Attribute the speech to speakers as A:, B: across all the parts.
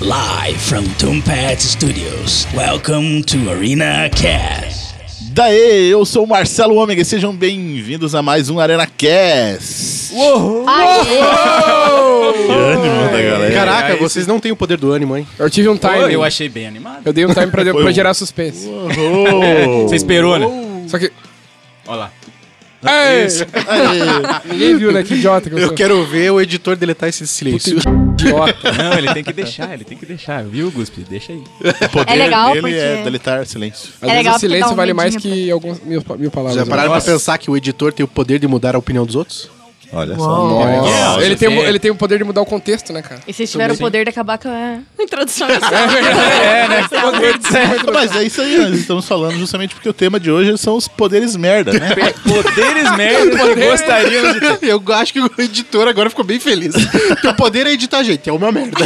A: Live from Tombat Studios. Welcome to Arena Cast.
B: Daê, eu sou o Marcelo Ômega e sejam bem-vindos a mais um Arena Cast. Que ânimo da galera.
C: Caraca, vocês não têm o poder do ânimo, hein?
D: Eu tive um time.
E: Eu
D: Eu,
E: achei bem animado.
D: dei um time pra,
B: Foi
D: pra
B: um-
D: gerar suspense.
B: Oh.
E: Você esperou, né?
D: Só que.
E: Olha lá.
C: É
D: Ei! Ninguém viu, né? Que idiota que eu,
C: Eu
D: sou.
C: quero ver o editor deletar esse silêncio.
D: Idiota.
E: Não, ele tem que deixar, ele tem que deixar. Viu, Guspe? Deixa aí.
B: O poder
F: É legal,
B: dele é
F: porque-
B: deletar silêncio.
D: Às
F: legal
D: vezes o
F: porque dá
D: silêncio
F: um
D: vale mais
F: medinho
D: que alguns mil, mil palavras.
C: Já
D: né?
C: pararam
E: Nossa.
C: pra pensar que o editor tem o poder de mudar a opinião dos outros?
B: Olha só.
D: Nossa.
E: Yeah,
D: É, ele,
E: você
D: tem, o-
E: vê.
D: ele tem o poder de mudar o contexto, né, cara?
F: E vocês tiveram o
E: Sim.
F: poder de acabar com a introdução. desse-
D: É, né? poder de ser.
B: Mas é isso aí, nós estamos falando justamente porque o tema de hoje são os poderes merda, né?
E: É, Poderes merda que gostaríamos de ter.
C: Eu acho que o editor agora ficou bem feliz. Teu poder é editar gente, é uma merda.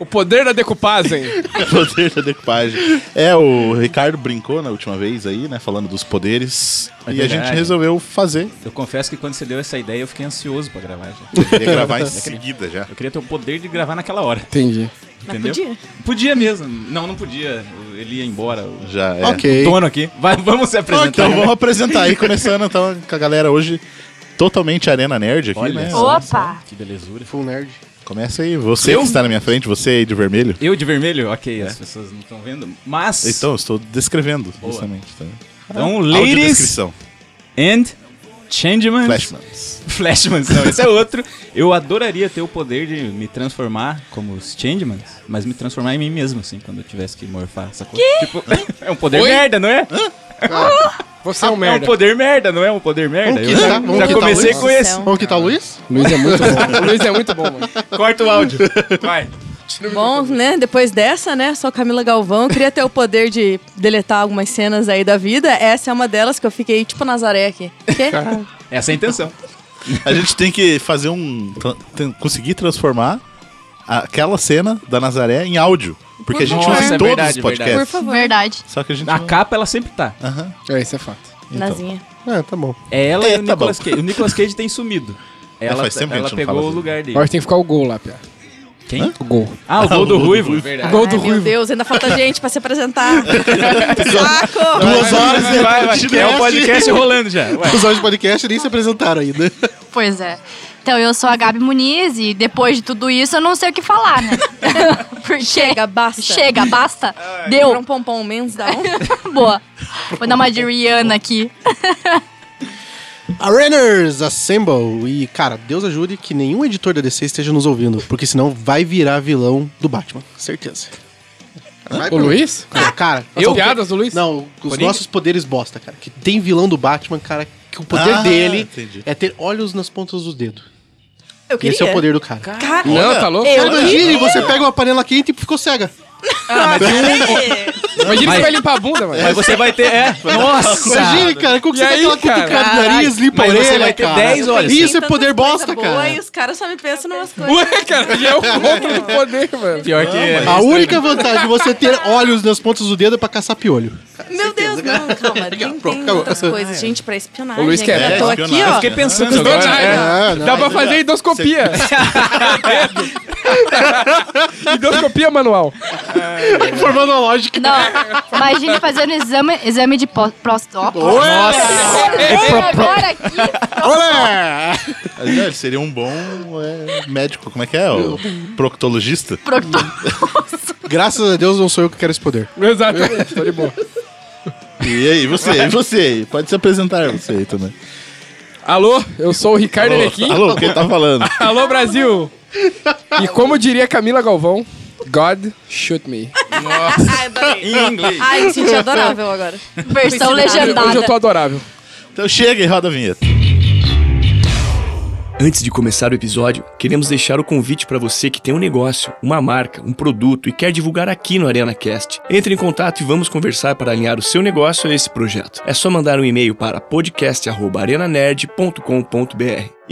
D: O poder da decupagem.
B: O poder da decupagem. É, o Ricardo brincou na última vez aí, né? Falando dos poderes.
C: É
B: e a
E: verdade.
B: gente resolveu fazer.
E: Eu confesso que quando você deu essa ideia, eu fiquei ansioso pra gravar já.
B: Queria gravar
C: É
B: em seguida já.
E: Eu queria ter o poder de gravar naquela hora,
D: Entendi.
F: Mas
E: entendeu?
F: podia.
E: Podia mesmo. Não, não podia. Ele ia embora. O
B: Já é.
C: Ok.
E: Tono aqui. Vai, vamos se apresentar.
B: Então vamos apresentar aí, começando então com a galera hoje totalmente Arena Nerd aqui,
E: Olha
B: né?
E: só.
F: Opa!
E: Que belezura.
C: Full nerd.
B: Começa aí, você
E: Eu?
B: que está na minha frente, você aí de vermelho.
E: Eu de vermelho? Ok, as pessoas não estão vendo. Mas.
B: Então, eu estou descrevendo, justamente. Tá?
E: então ladies
B: Audiodescrição.
E: and changements.
B: Flashmans.
E: Flashmans, não, esse é outro. Eu adoraria ter o poder de me transformar como os Changemans, mas me transformar em mim mesmo, assim, quando eu tivesse que morfar essa coisa. Tipo, é um poder
D: Oi?
E: merda, não é?
D: Você é um
E: É um
D: merda.
E: poder merda, não é um poder merda?
C: Vamos
E: Eu
C: quitar,
E: já,
C: vamos
E: já
C: quitar
E: comecei
F: hoje.
E: com esse.
F: Então.
C: Vamos quitar o Luiz?
D: O Luiz é muito bom. O Luiz é muito bom, mano.
E: Corta o áudio. Vai.
F: Bom, né? Depois dessa, né? Sou Camila Galvão. Queria ter o poder de deletar algumas cenas aí da vida. Essa é uma delas que eu fiquei tipo Nazaré aqui. Quê? Ah,
E: Essa é a intenção.
B: A gente tem que fazer um. tra- tem- conseguir transformar aquela cena da Nazaré em áudio. Porque a gente
E: Nossa,
B: usa
E: é
B: em todos
E: verdade,
B: os
F: Por
B: podcasts.
F: favor.
G: Verdade.
B: Só que a gente.
E: A
B: não-
E: capa, ela sempre tá.
B: Aham.
D: É, isso é fato.
F: Nazinha.
C: Ah, tá bom.
E: É ela
B: É,
E: e o
B: tá
E: Nicolas
B: bom.
E: Cage. O Nicolas Cage tem sumido. Ela,
B: faz tempo que a
E: ela
B: gente não fala
E: pegou o
B: dele.
E: lugar dele.
D: Agora tem que ficar o gol lá, Pia.
E: Quem? é.
D: O gol.
E: Ah, o gol do
B: do
E: Ruivo.
D: O
E: Verdade.
D: gol do
F: Ai, meu
D: Ruivo.
F: Deus, ainda falta gente pra se apresentar. Saco!
B: Duas horas
E: Vai, vai, vai. É o podcast rolando já. Vai.
C: Os áudios de podcast nem se apresentaram ainda.
G: Pois é. Então, eu sou a Gabi Muniz e depois de tudo isso eu não sei o que falar, né? Porque...
F: Chega, basta.
G: Chega, basta.
F: Pra um
G: Deu.
F: pompom menos dá um.
G: Boa. Vou dar uma de Rihanna aqui.
C: Areners, assemble. E, cara, Deus ajude que nenhum editor da DC esteja nos ouvindo, porque senão vai virar vilão do Batman. Certeza. Vai
D: O
C: pra-
D: Luiz?
C: Cara, cara
D: As piadas do Luiz?
C: Não, os
E: Coringa?
C: nossos poderes bosta, cara. Que tem vilão do Batman, cara, que o poder
B: Ah,
C: dele
B: entendi.
C: é ter olhos nas pontas dos dedos.
F: Eu queria.
C: Esse é o poder do cara. Cara,
F: Cara,
D: Não, tá louco?
F: Eu-
C: imagine, você pega uma panela quente e ficou cega.
F: peraí.
D: Imagina você vai limpar a bunda, mano.
E: Mas você vai ter. É. Nossa!
C: Imagine, cara, como que
D: E
C: você
D: aí,
C: aí, aquela
D: cara?
C: cutucada no nariz, limpa a
E: Mas você
C: orelha,
E: vai ter
C: cara.
E: 10 olhos.
C: Isso é
F: Tem
C: poder
F: tantas coisa
C: bosta,
F: boa E
C: cara.
F: os caras só me pensam numas coisas.
D: Ué, cara, já é o contra do poder, mano.
E: Pior que é.
C: A única vantagem de você ter olhos nas pontas do dedo é pra caçar piolho.
F: Meu Deus, não, calma. Tem,
C: Pronto,
F: tem
C: acabou.
F: outras coisas, gente, pra espionar.
D: O Luiz
F: gente,
D: quer-
F: Eu tô
B: É,
F: aqui,
B: espionagem.
F: ó.
B: Eu
E: Fiquei pensando
D: Não,
E: agora.
D: já é.
E: é.
D: Dá pra fazer endoscopia. endoscopia manual.
C: Formando a lógica.
G: Não, imagine fazendo exame, exame de pró- próstata. Nossa! Agora aqui.
C: Olé!
B: Mas, é, ele seria um bom é, médico, como é que é? O proctologista?
G: Procto-
C: Graças a Deus não sou eu que quero esse poder.
D: Exatamente, tô de boa.
B: E aí, você, e você? Pode se apresentar, você aí também.
D: Alô, eu sou o Ricardo Enequim.
B: Alô, quem tá falando?
D: Alô, Brasil. E como diria Camila Galvão, God shoot me.
F: Ai, adorei.
E: Em inglês.
F: Ai, me senti adorável agora.
G: Versão
D: Hoje eu
G: legendada.
D: tô adorável.
B: Então chega e roda a vinheta.
H: Antes de começar o episódio, queremos deixar o convite para você que tem um negócio, uma marca, um produto e quer divulgar aqui no ArenaCast. Entre em contato e vamos conversar para alinhar o seu negócio a esse projeto. É só mandar um e-mail para podcast.arenanerd.com.br.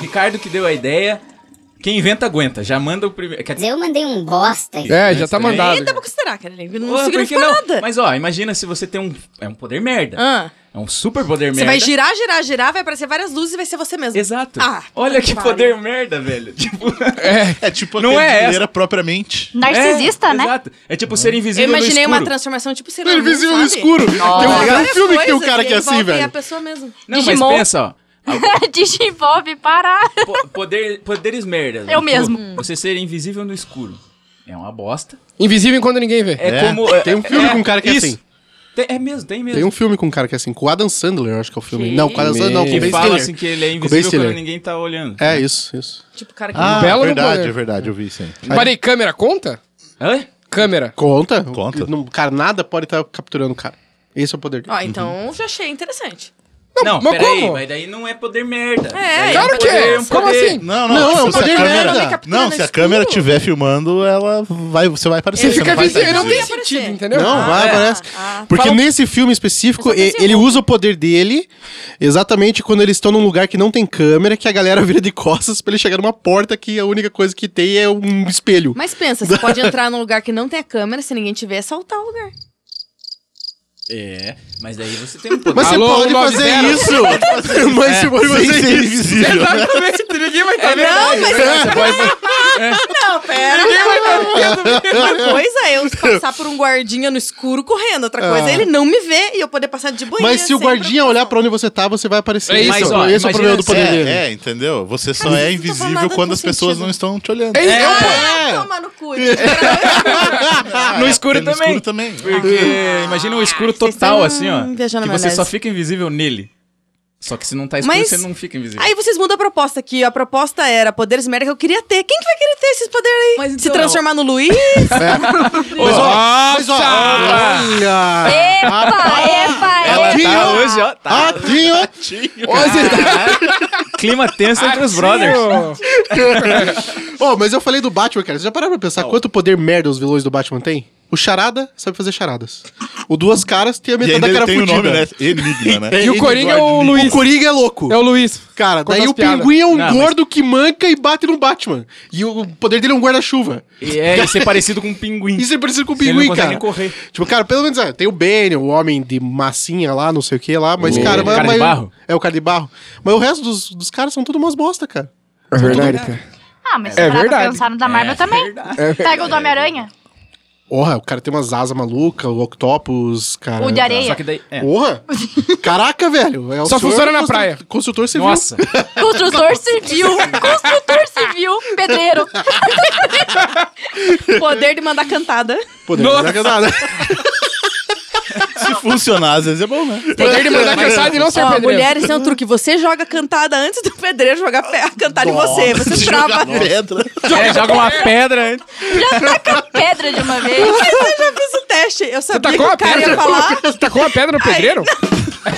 E: Ricardo que deu a ideia. Quem inventa aguenta. Já manda o primeiro. Quer
I: Mas eu mandei um bosta.
D: É, já tá mandado.
F: Eita, por que será, cara? Não
E: Porra, por que
F: significa
E: não?
F: nada.
E: Mas ó, imagina se você tem um. É um poder merda.
F: Ah,
E: É um super poder
F: você
E: merda.
F: vai girar, girar, girar, vai aparecer várias luzes e vai ser você mesmo.
E: Exato.
F: Ah,
E: Olha que
F: vale.
E: poder merda, velho. Tipo.
B: É tipo a
E: Não é
B: candileira propriamente.
G: Narcisista,
E: é,
G: né?
E: Exato. É tipo ser
F: Eu
E: invisível. no
F: imaginei uma
E: escuro.
F: transformação tipo ser
C: Invisível no escuro. Tem um- Tem um filme que tem um cara que é assim,
F: É a
C: velho.
F: pessoa mesmo.
E: Não,
G: Digimon.
E: mas pensa, ó.
G: Digivolve, para.
D: Ah,
E: Po- poder, poderes merda.
G: Eu
E: Tipo,
G: mesmo.
E: Você
F: Hum.
E: ser invisível no escuro. É uma bosta.
D: Invisível enquanto ninguém vê.
E: É,
B: É.
E: como. é-
C: Tem um filme com um cara que é
E: isso.
C: assim.
E: Tem- é mesmo, tem mesmo.
C: Tem um filme com um cara que é assim, com o Adam Sandler, eu acho que é o filme. Não, com o Adam Sandler, não, com o
E: que
C: Ben
E: fala
C: Stiller.
E: assim que ele é
C: Com o Ben
E: invisível quando
C: Stiller.
E: ninguém tá olhando.
C: É, isso, isso.
F: Tipo, cara que.
B: Ah,
D: Belo no
B: verdade,
D: poder.
B: é verdade, eu vi isso aí.
C: É.
D: Parei, câmera, conta?
E: Hã?
D: Câmera.
C: Conta?
B: Conta.
C: Não, cara, nada pode estar capturando o cara. Esse é o poder dele.
F: Ó, então já achei interessante.
E: Não,
D: mas
E: peraí,
D: como?
E: mas daí não é poder merda. Daí
F: É, claro
E: um
D: que
E: poder,
D: é.
E: um
D: Como
E: poder.
D: assim?
B: Não, tipo,
C: Não, é um
B: se a
C: poder
B: câmera-
F: merda. Vai capturando
B: Não, se a
F: escuro.
B: câmera estiver filmando, ela vai, você vai aparecer.
D: Você fica
B: não vai
D: invisível.
B: estar
D: Não tem
B: invisível.
F: aparecer.
D: sentido, entendeu?
C: Não, vai,
E: é.
C: parece.
F: Ah, tá.
C: Porque
D: Fala-
C: nesse filme específico,
F: Eu só
C: e-
F: pensei
C: ele
F: roubo.
C: usa o poder dele exatamente quando eles estão num lugar que não tem câmera, que a galera vira de costas pra ele chegar numa porta que a única coisa que tem é um espelho.
F: Mas pensa, você pode entrar num lugar que não tem a câmera, se ninguém tiver, é saltar o lugar.
E: É, mas daí você tem um poder.
C: Mas você
D: Alô,
C: pode
D: 90.
C: fazer isso! É. Mas você pode
B: Sem
C: fazer
B: ser
C: isso!
B: invisível.
D: Exatamente, ninguém vai estar
F: Não, mas
C: É.
F: Não, pera. Uma coisa é eu passar por um guardinha no escuro correndo, outra coisa é ele não me ver e eu poder passar de boinha.
C: Ah. Mas se o
F: sem
C: guardinha
F: preocupação.
C: olhar pra onde você tá, você vai aparecer.
D: É isso,
C: Esse
E: ó,
C: esse é o
E: imagina
C: problema do poder
B: é,
C: dele.
B: é, entendeu? Você só
F: Cara,
B: é
F: isso não tá falando
B: invisível
F: nada
B: quando
F: com
B: as pessoas
F: sentido.
B: não estão te olhando.
D: É.
F: Ah, toma no cu.
B: Ah,
E: no escuro
B: é, no
E: também.
B: escuro também.
E: Porque imagina o escuro
F: Vocês
E: total,
F: estão
E: assim, ó.
F: viajando
E: Que
F: na
E: você só
F: maionese.
E: fica invisível nele. Só que se não tá escuro,
F: Mas-
E: você não fica invisível.
F: Aí vocês mudam a proposta aqui. A proposta era poderes merda que eu queria ter. Quem que vai querer ter esses poderes aí?
E: Mas
F: Se
E: então-
F: transformar no Luiz?
C: Mas ó, olha!
D: tá.
C: um
G: Epa, epa,
E: Ela
G: epa.
E: tá hoje, ó. Tá.
C: Ratinho! tá-
E: Clima tenso entre os brothers.
C: Ô, mas eu falei do Batman, cara. Vocês já pararam pra pensar quanto poder merda os vilões do Batman têm? O Charada sabe fazer charadas. O Duas Caras tem a
B: E
C: metade
B: ainda
C: da
B: ele
C: cara
B: tem o
C: fudida.
B: nome, né? Enigma, né?
D: E o Coringa é o
C: O
D: Luiz.
C: Coringa é louco.
D: É o Luiz.
C: Cara,
D: Conta
C: daí
D: as
C: o
D: piadas.
C: pinguim é um
E: Não, mas-
C: gordo que manca e bate no Batman. E o poder dele é um guarda-chuva.
E: E é e ser parecido com um pinguim.
C: Isso é parecido com o
E: Ele não
C: pinguim,
E: consegue
C: cara.
E: nem correr.
C: Tipo, cara, pelo menos ah, tem o Bane, o homem de massinha lá, não sei o que lá, mas,
E: O
C: cara, mas,
E: cara de
C: mas-
E: barro?
C: É o cara de barro. Mas o resto dos, dos caras são tudo umas bosta, cara.
D: É verdade, cara.
G: Ah, mas
D: É
G: se parar pra
D: verdade. É
G: pensar no da Marvel também. Pega o do Homem-Aranha.
C: Porra, o cara tem umas asas malucas, o octopus, cara.
G: O de areia.
E: Só que daí. é.
C: Porra! Caraca, velho. é o
D: Só
C: senhor
D: funciona na
C: constru-
D: praia.
C: Construtor civil.
E: Nossa,
G: Construtor civil. Construtor civil. um Pedreiro.
F: Poder de mandar cantada.
C: Poder
D: Nossa.
C: não é nada.
B: Se funcionar, às vezes é bom, né?
D: Poder de mandar cansado e Ah, não ser
F: Ó,
D: pedreiro.
F: mulheres, tem um truque. Você joga cantada antes do pedreiro jogar pé, a cantada em você. Você trava.
B: Jogar né? pedra.
E: é, joga uma pedra antes.
G: Já taca pedra de uma vez.
F: Eu já fiz o teste. Eu sabia que
D: Tacou a
F: o cara ia
D: pedra?
F: falar.
D: Você tacou a pedra no pedreiro?
F: Eu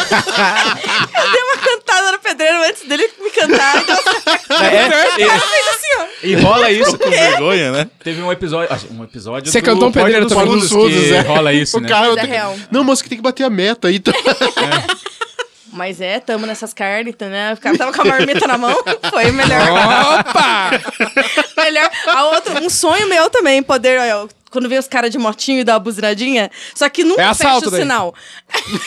F: dei uma cantada no pedreiro antes dele me cantar. Então,
E: É,
F: eu fiz assim, ó.
E: e, e rola isso.
B: Com vergonha, né?
E: Teve um episódio. ah, Um episódio.
D: Você
E: do
D: cantou um
E: Porta
D: pedreiro
E: dos
D: também.
E: Fundos
C: Dos Fundos,
E: que
C: é.
E: rola isso, né?
C: cara,
F: Mas é real.
C: Não, moço, que tem que bater a meta. Então...
F: Mas é, tamo nessas carnes, tá, né? O cara tava com a marmita na mão. Foi melhor.
D: Opa!
F: melhor. A outra, um sonho meu também, poder. ó, Quando vem os caras de motinho e dá uma buzinadinha. Só que nunca
D: É assalto
F: fecha o
D: daí.
F: sinal.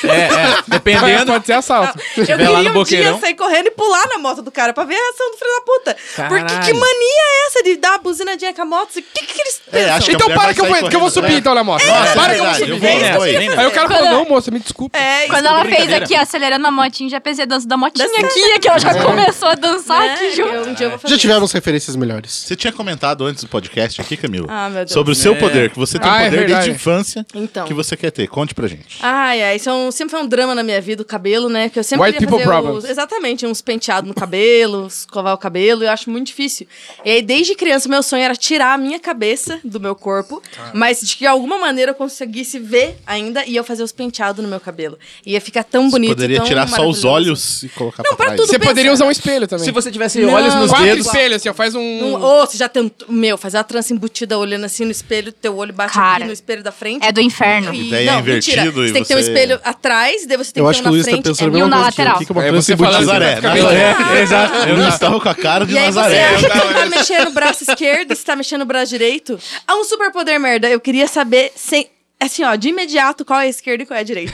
E: É, é.
F: tá-
E: Dependendo.
D: Pode ser assalto.
F: Eu
E: tiver lá no
F: queria um dia
E: Boqueirão.
F: sair correndo e pular na moto do cara pra ver a reação do filho da puta. Porque que
E: Caralho.
F: mania é essa de dar uma buzinadinha com a moto? O que, que eles pensam?
B: acho que a
D: Então
B: mulher
D: para
B: vai
D: que eu
B: sair
D: vou, que eu vou
B: correndo,
D: subir
B: né?
D: então na moto.
B: Nossa,
D: para
B: é
D: que eu vou
B: verdade,
D: subir.
B: eu vou nessa,
E: Vem, vem,
D: Aí o cara falou,
G: Quando-
D: não, moça, me desculpa.
F: É,
G: Quando ela fez
E: brincadeira.
G: aqui, acelerando a motinha, já pensei a dança da motinha
F: Dança.
G: aqui, que ela já começou a dançar
F: né?
G: aqui junto.
F: Eu- um dia eu vou fazer
C: Já tivemos referências melhores.
B: Você tinha comentado antes do podcast aqui, Camila,
F: Ah, meu Deus.
B: sobre o seu poder, que você tem
D: Ah, é
B: poder desde
D: verdade.
B: a infância
F: Então.
B: que você quer ter. Conte pra gente.
F: Ai, ai, isso é um- sempre foi um drama na minha vida, o cabelo, né? Que eu sempre
D: White
F: queria
D: people
F: fazer
D: problems.
F: os- exatamente uns penteados no cabelo, escovar o cabelo, e eu acho muito difícil. E aí, desde criança, meu sonho era tirar a minha cabeça do meu corpo, mas de que de alguma maneira eu conseguisse ver ainda e eu fazer os penteados no meu cabelo. E ia ficar tão bonito.
B: Poderia
F: tão
B: tirar só os
F: maravilhoso.
B: olhos e colocar
F: Não,
B: pra
F: pra
B: trás.
F: tudo.
D: Você
F: pensa.
D: poderia usar um espelho também.
E: Se você tivesse
F: Não.
E: olhos nos
D: Quatro
E: dedos.
D: espelhos, assim, ó, faz um...
F: Não, Ô, você já tentou. Meu, fazer a trança embutida olhando assim no espelho, teu olho bate
G: Cara,
F: aqui no espelho da frente.
G: É do inferno.
F: E-
B: Daí é invertido
F: mentira.
B: e
F: Você tem que ter um
B: você-
F: espelho atrás, daí você tem
C: Eu
F: que
C: acho
F: ter
C: que o
F: um na
C: Luiz tá
F: frente.
C: pensando a
G: e um
C: mesma
G: na
C: coisa. que eu.
G: lateral.
C: O que que uma
D: Aí
C: trança
D: É, você né? fala
C: embutida?
B: Nazaré,
D: Fica
B: Nazaré. Exato. Eu estava com a cara de
F: E aí
B: Nazaré.
F: você acha que tá mexendo o braço esquerdo, você tá mexendo o braço direito. É um superpoder merda. Eu queria saber sem. Assim, ó, de imediato, qual é a esquerda e qual é a direita.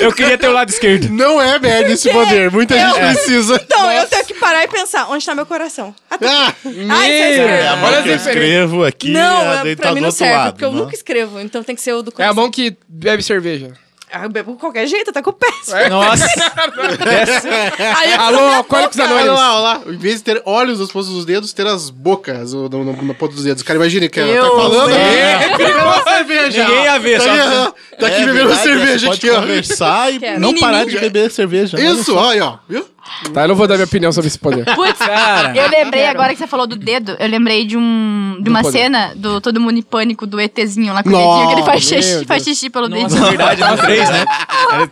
E: Eu queria ter o lado esquerdo.
C: Não é merda esse poder. Muita gente precisa.
F: Então, eu tenho que parar e pensar, onde tá meu coração? Ah, tá.
C: Ah,
F: Ai, você é
B: É a
F: esquerda.
B: mão
D: Olha
B: que
D: a
B: eu
D: diferença.
B: escrevo aqui
F: Não,
B: é
F: é-
B: deitar
F: pra mim
B: do
F: não
B: outro
F: serve,
B: lado.
F: porque eu
B: né?
F: nunca escrevo, então tem que ser o do
D: É a
F: coração.
D: mão que bebe cerveja.
F: Ah, eu bebo de qualquer jeito, até com o pé. assim.
E: Nossa.
F: Aí eu-
D: Alô, Alcoólicos
C: olha
D: Anônimos.
C: lá, olha lá. Em vez de ter olhos nos pontos dos dedos, ter as bocas ou na, na- na ponta dos dedos. Cara, imagina que ela tá
F: Eu
C: falando.
D: É.
C: É, bebendo uma cerveja.
E: Ninguém ia ver,
C: Tá,
E: só-
C: aqui, ó, tá aqui
B: É
C: bebendo uma
B: verdade, você
C: cerveja
B: pode
C: aqui, ó.
B: conversar e
F: Quero.
B: não parar de
F: Menininho.
B: beber cerveja. Olha
C: Isso, olha, ó. Viu?
D: Tá, eu não vou dar minha opinião sobre esse poder.
G: Putz,
E: Cara.
G: eu lembrei agora que você falou do dedo, eu lembrei de um de uma
D: poder.
G: cena do Todo Mundo em Pânico do ETzinho lá com o
C: Nossa,
G: dedinho, que ele faz
D: meu
G: xixi, faz xixi pelo
E: Nossa,
G: dedinho.
E: verdade, nós três, né? Era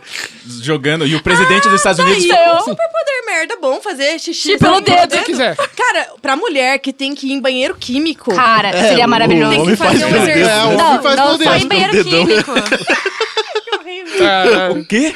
E: Jogando. E o presidente dos
I: Ah,
E: Estados Unidos. assim,
F: Aí,
I: então.
F: é um superpoder merda bom fazer xixi
G: Xixi pelo dedo.
D: Se quiser.
F: Cara, pra mulher que tem que ir em banheiro químico.
G: Cara, seria maravilhoso.
F: o homem faz
G: Tem que
F: pelo
G: fazer um
F: dedo,
G: exercício.
C: né? O
G: Não,
C: homem faz
G: não,
C: pelo
G: só
C: dedo.
G: em banheiro
B: Faz pelo
G: químico.
D: Caralho.
E: quê?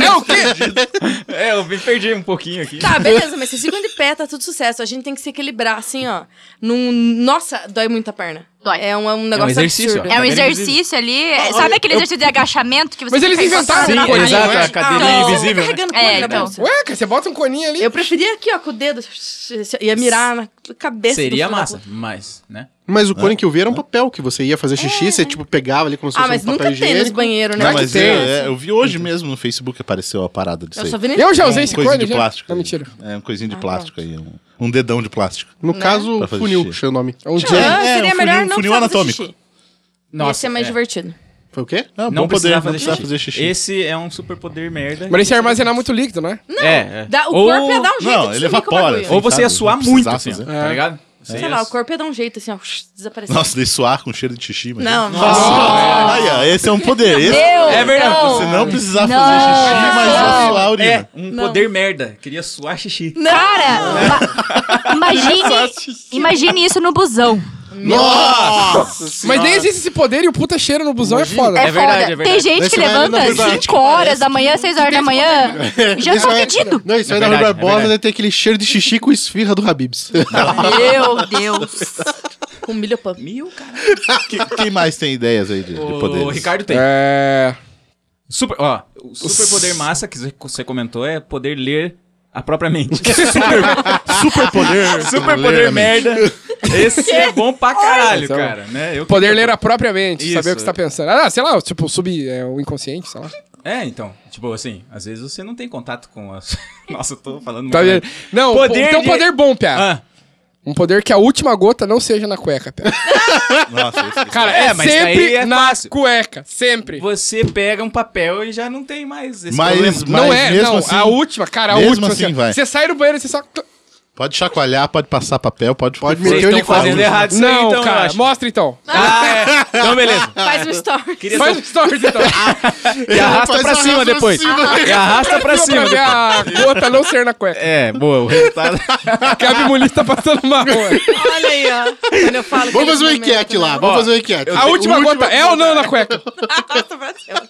C: É o quê?
E: É, eu me perdi um pouquinho aqui.
F: Tá, beleza, mas se ficam de pé, tá tudo sucesso. A gente tem que se equilibrar, assim, ó. Num... Nossa, dói muito a perna.
G: Dói.
F: É um, é um negócio
E: exercício,
F: absurdo.
E: ó.
G: É um
E: Tá vendo?
G: exercício ali. é- Sabe aquele exercício de agachamento que você
D: Mas eles
F: É
G: fica
D: inventaram
G: encostado
E: Sim,
G: na
D: coisa,
G: parede?
E: exato,
D: né?
E: a academia
F: Então,
E: invisível.
F: Você
E: né?
F: tá carregando
G: É,
F: coisa na
G: então.
F: bolsa.
D: Ué, cara, você bota um coninho ali.
F: Eu preferia aqui, ó, com o dedo. Ia mirar na cabeça do
E: Seria
F: filho da
E: massa,
F: puta.
E: mas, né?
C: Mas
F: É.
C: o cone que eu vi era um papel que você ia fazer xixi, você tipo pegava ali como se fosse
F: Ah, mas
C: um papel
F: nunca tem nos
C: higiênico.
F: banheiros, né?
B: Não,
D: Claro
B: mas
D: que tem.
B: é- é, eu vi hoje mesmo no Facebook apareceu a parada disso
F: Eu
B: aí.
F: só vi na
D: Eu já usei
B: É
D: esse
B: coisa
D: cone,
B: de
D: já.
B: plástico.
D: Não,
B: aí.
D: mentira.
B: É uma coisinha de plástico aí. Um, um dedão de plástico.
C: No
F: Né?
C: caso,
B: Pra fazer
C: funil,
B: xixi.
C: cheio o nome.
D: É um
B: É.
D: gel.
F: Ah, seria
B: um funil-
F: melhor não
B: funil
F: precisar fazer
B: anatômico.
F: xixi. Ia
E: Nossa,
F: ser mais
E: é.
F: divertido.
C: Foi o quê?
B: É um
E: Não
B: bom poder,
E: precisar
B: não
E: fazer,
B: precisar
E: xixi.
B: fazer xixi.
E: Esse é um superpoder merda.
D: Mas isso é armazenar muito líquido, né?
E: É, é.
F: Dá, o
E: Ou-
F: corpo ia dar um jeito
B: Não,
F: de
B: ele
F: sumir com o
B: evapora,
F: bagulho.
B: assim.
E: Ou você ia
B: Sabe?
E: suar
B: Não
E: muito,
B: precisava
E: assim, ó,
B: fazer. É.
E: tá ligado? Você
F: Sei
E: ia-
F: lá, o corpo ia dar um jeito, assim, ó, desaparecer.
B: Nossa, de suar com cheiro de xixi. imagina.
F: Não, não.
B: Aí, ó, esse é um poder. Esse,
G: Meu,
E: É verdade,
G: não.
B: Você não precisar
G: Não.
B: fazer xixi, mas ia
G: Não.
B: suar a urina.
E: É, um poder merda. Queria suar xixi.
G: Cara, ma- imagine, imagine isso no busão.
C: Nossa!
D: Mas
C: senhora.
D: nem existe esse poder e o puta cheiro no busão é foda.
G: É,
E: É verdade,
G: foda.
E: é verdade.
G: Tem gente
C: Isso
G: que
C: vai na
G: levanta
C: verdade,
G: 5 horas da manhã, 6 horas da manhã, já
C: Isso
G: tá
C: aí-
G: fedido.
C: Não, isso aí
E: É
C: na Rui
E: verdade, é
C: Barbosa
E: verdade.
C: deve ter aquele cheiro de xixi com esfirra do Habibs.
G: Meu Deus.
F: Com milho pão.
E: Mil, cara.
B: Que- quem mais tem ideias aí de, de poderes?
E: O Ricardo tem.
D: É.
E: Super, ó, o super poder massa que você comentou é poder ler a própria mente. super,
B: Super poder.
E: super poder merda. Esse é bom pra caralho,
B: Então,
E: cara,
I: um
E: né? Eu
D: Poder ler a própria mente,
E: Isso.
D: saber o que você tá pensando. Ah, sei lá, tipo, sub é, o inconsciente, sei lá.
E: É, então, tipo assim, às vezes você não tem contato com as Nossa, eu tô falando
D: Tá
E: muito.
D: vendo? Não,
E: Poder
D: poder tem um
E: de-
D: poder bom, Pia.
E: Ah,
D: Um poder que a última gota não seja na cueca, Pia.
B: Nossa, esse,
D: Cara,
E: É,
D: é,
E: mas daí
D: sempre
E: é
D: na
E: fácil.
D: cueca. Sempre.
E: você pega um papel e já não tem mais esse
B: Mas-
E: problema.
B: mas-
D: não é,
B: mesmo
D: não.
B: assim-
D: a última, cara, a
B: mesmo
D: última.
B: assim
D: ó.
B: vai.
D: Você sai do banheiro e você só.
B: pode chacoalhar, pode passar papel, pode...
C: Pode
E: Vocês
C: meter o
E: estão
C: unicórnio.
E: fazendo errado isso aí,
D: não,
E: então, eu
D: cara.
E: acho.
D: Mostra então.
E: Ah, é. Então, beleza.
F: Faz um story.
D: Faz um stories então.
E: E arrasta
C: Faz
E: pra
C: uma
B: um
E: cima
C: arrasta
E: depois.
C: pra
E: E arrasta pra
D: Só
E: cima.
D: pra ver
E: depois.
D: a gota não ser na cueca.
E: É, boa, o resultado.
D: Que a bimulista tá passando uma rua.
F: Olha aí, ó. Quando eu falo
C: Vamos fazer
F: que
C: uma
F: eles não
C: enquete
F: merecem,
C: lá, vamos fazer uma enquete.
D: A última gota é ou não na cueca?
F: né? Arrasta pra cima.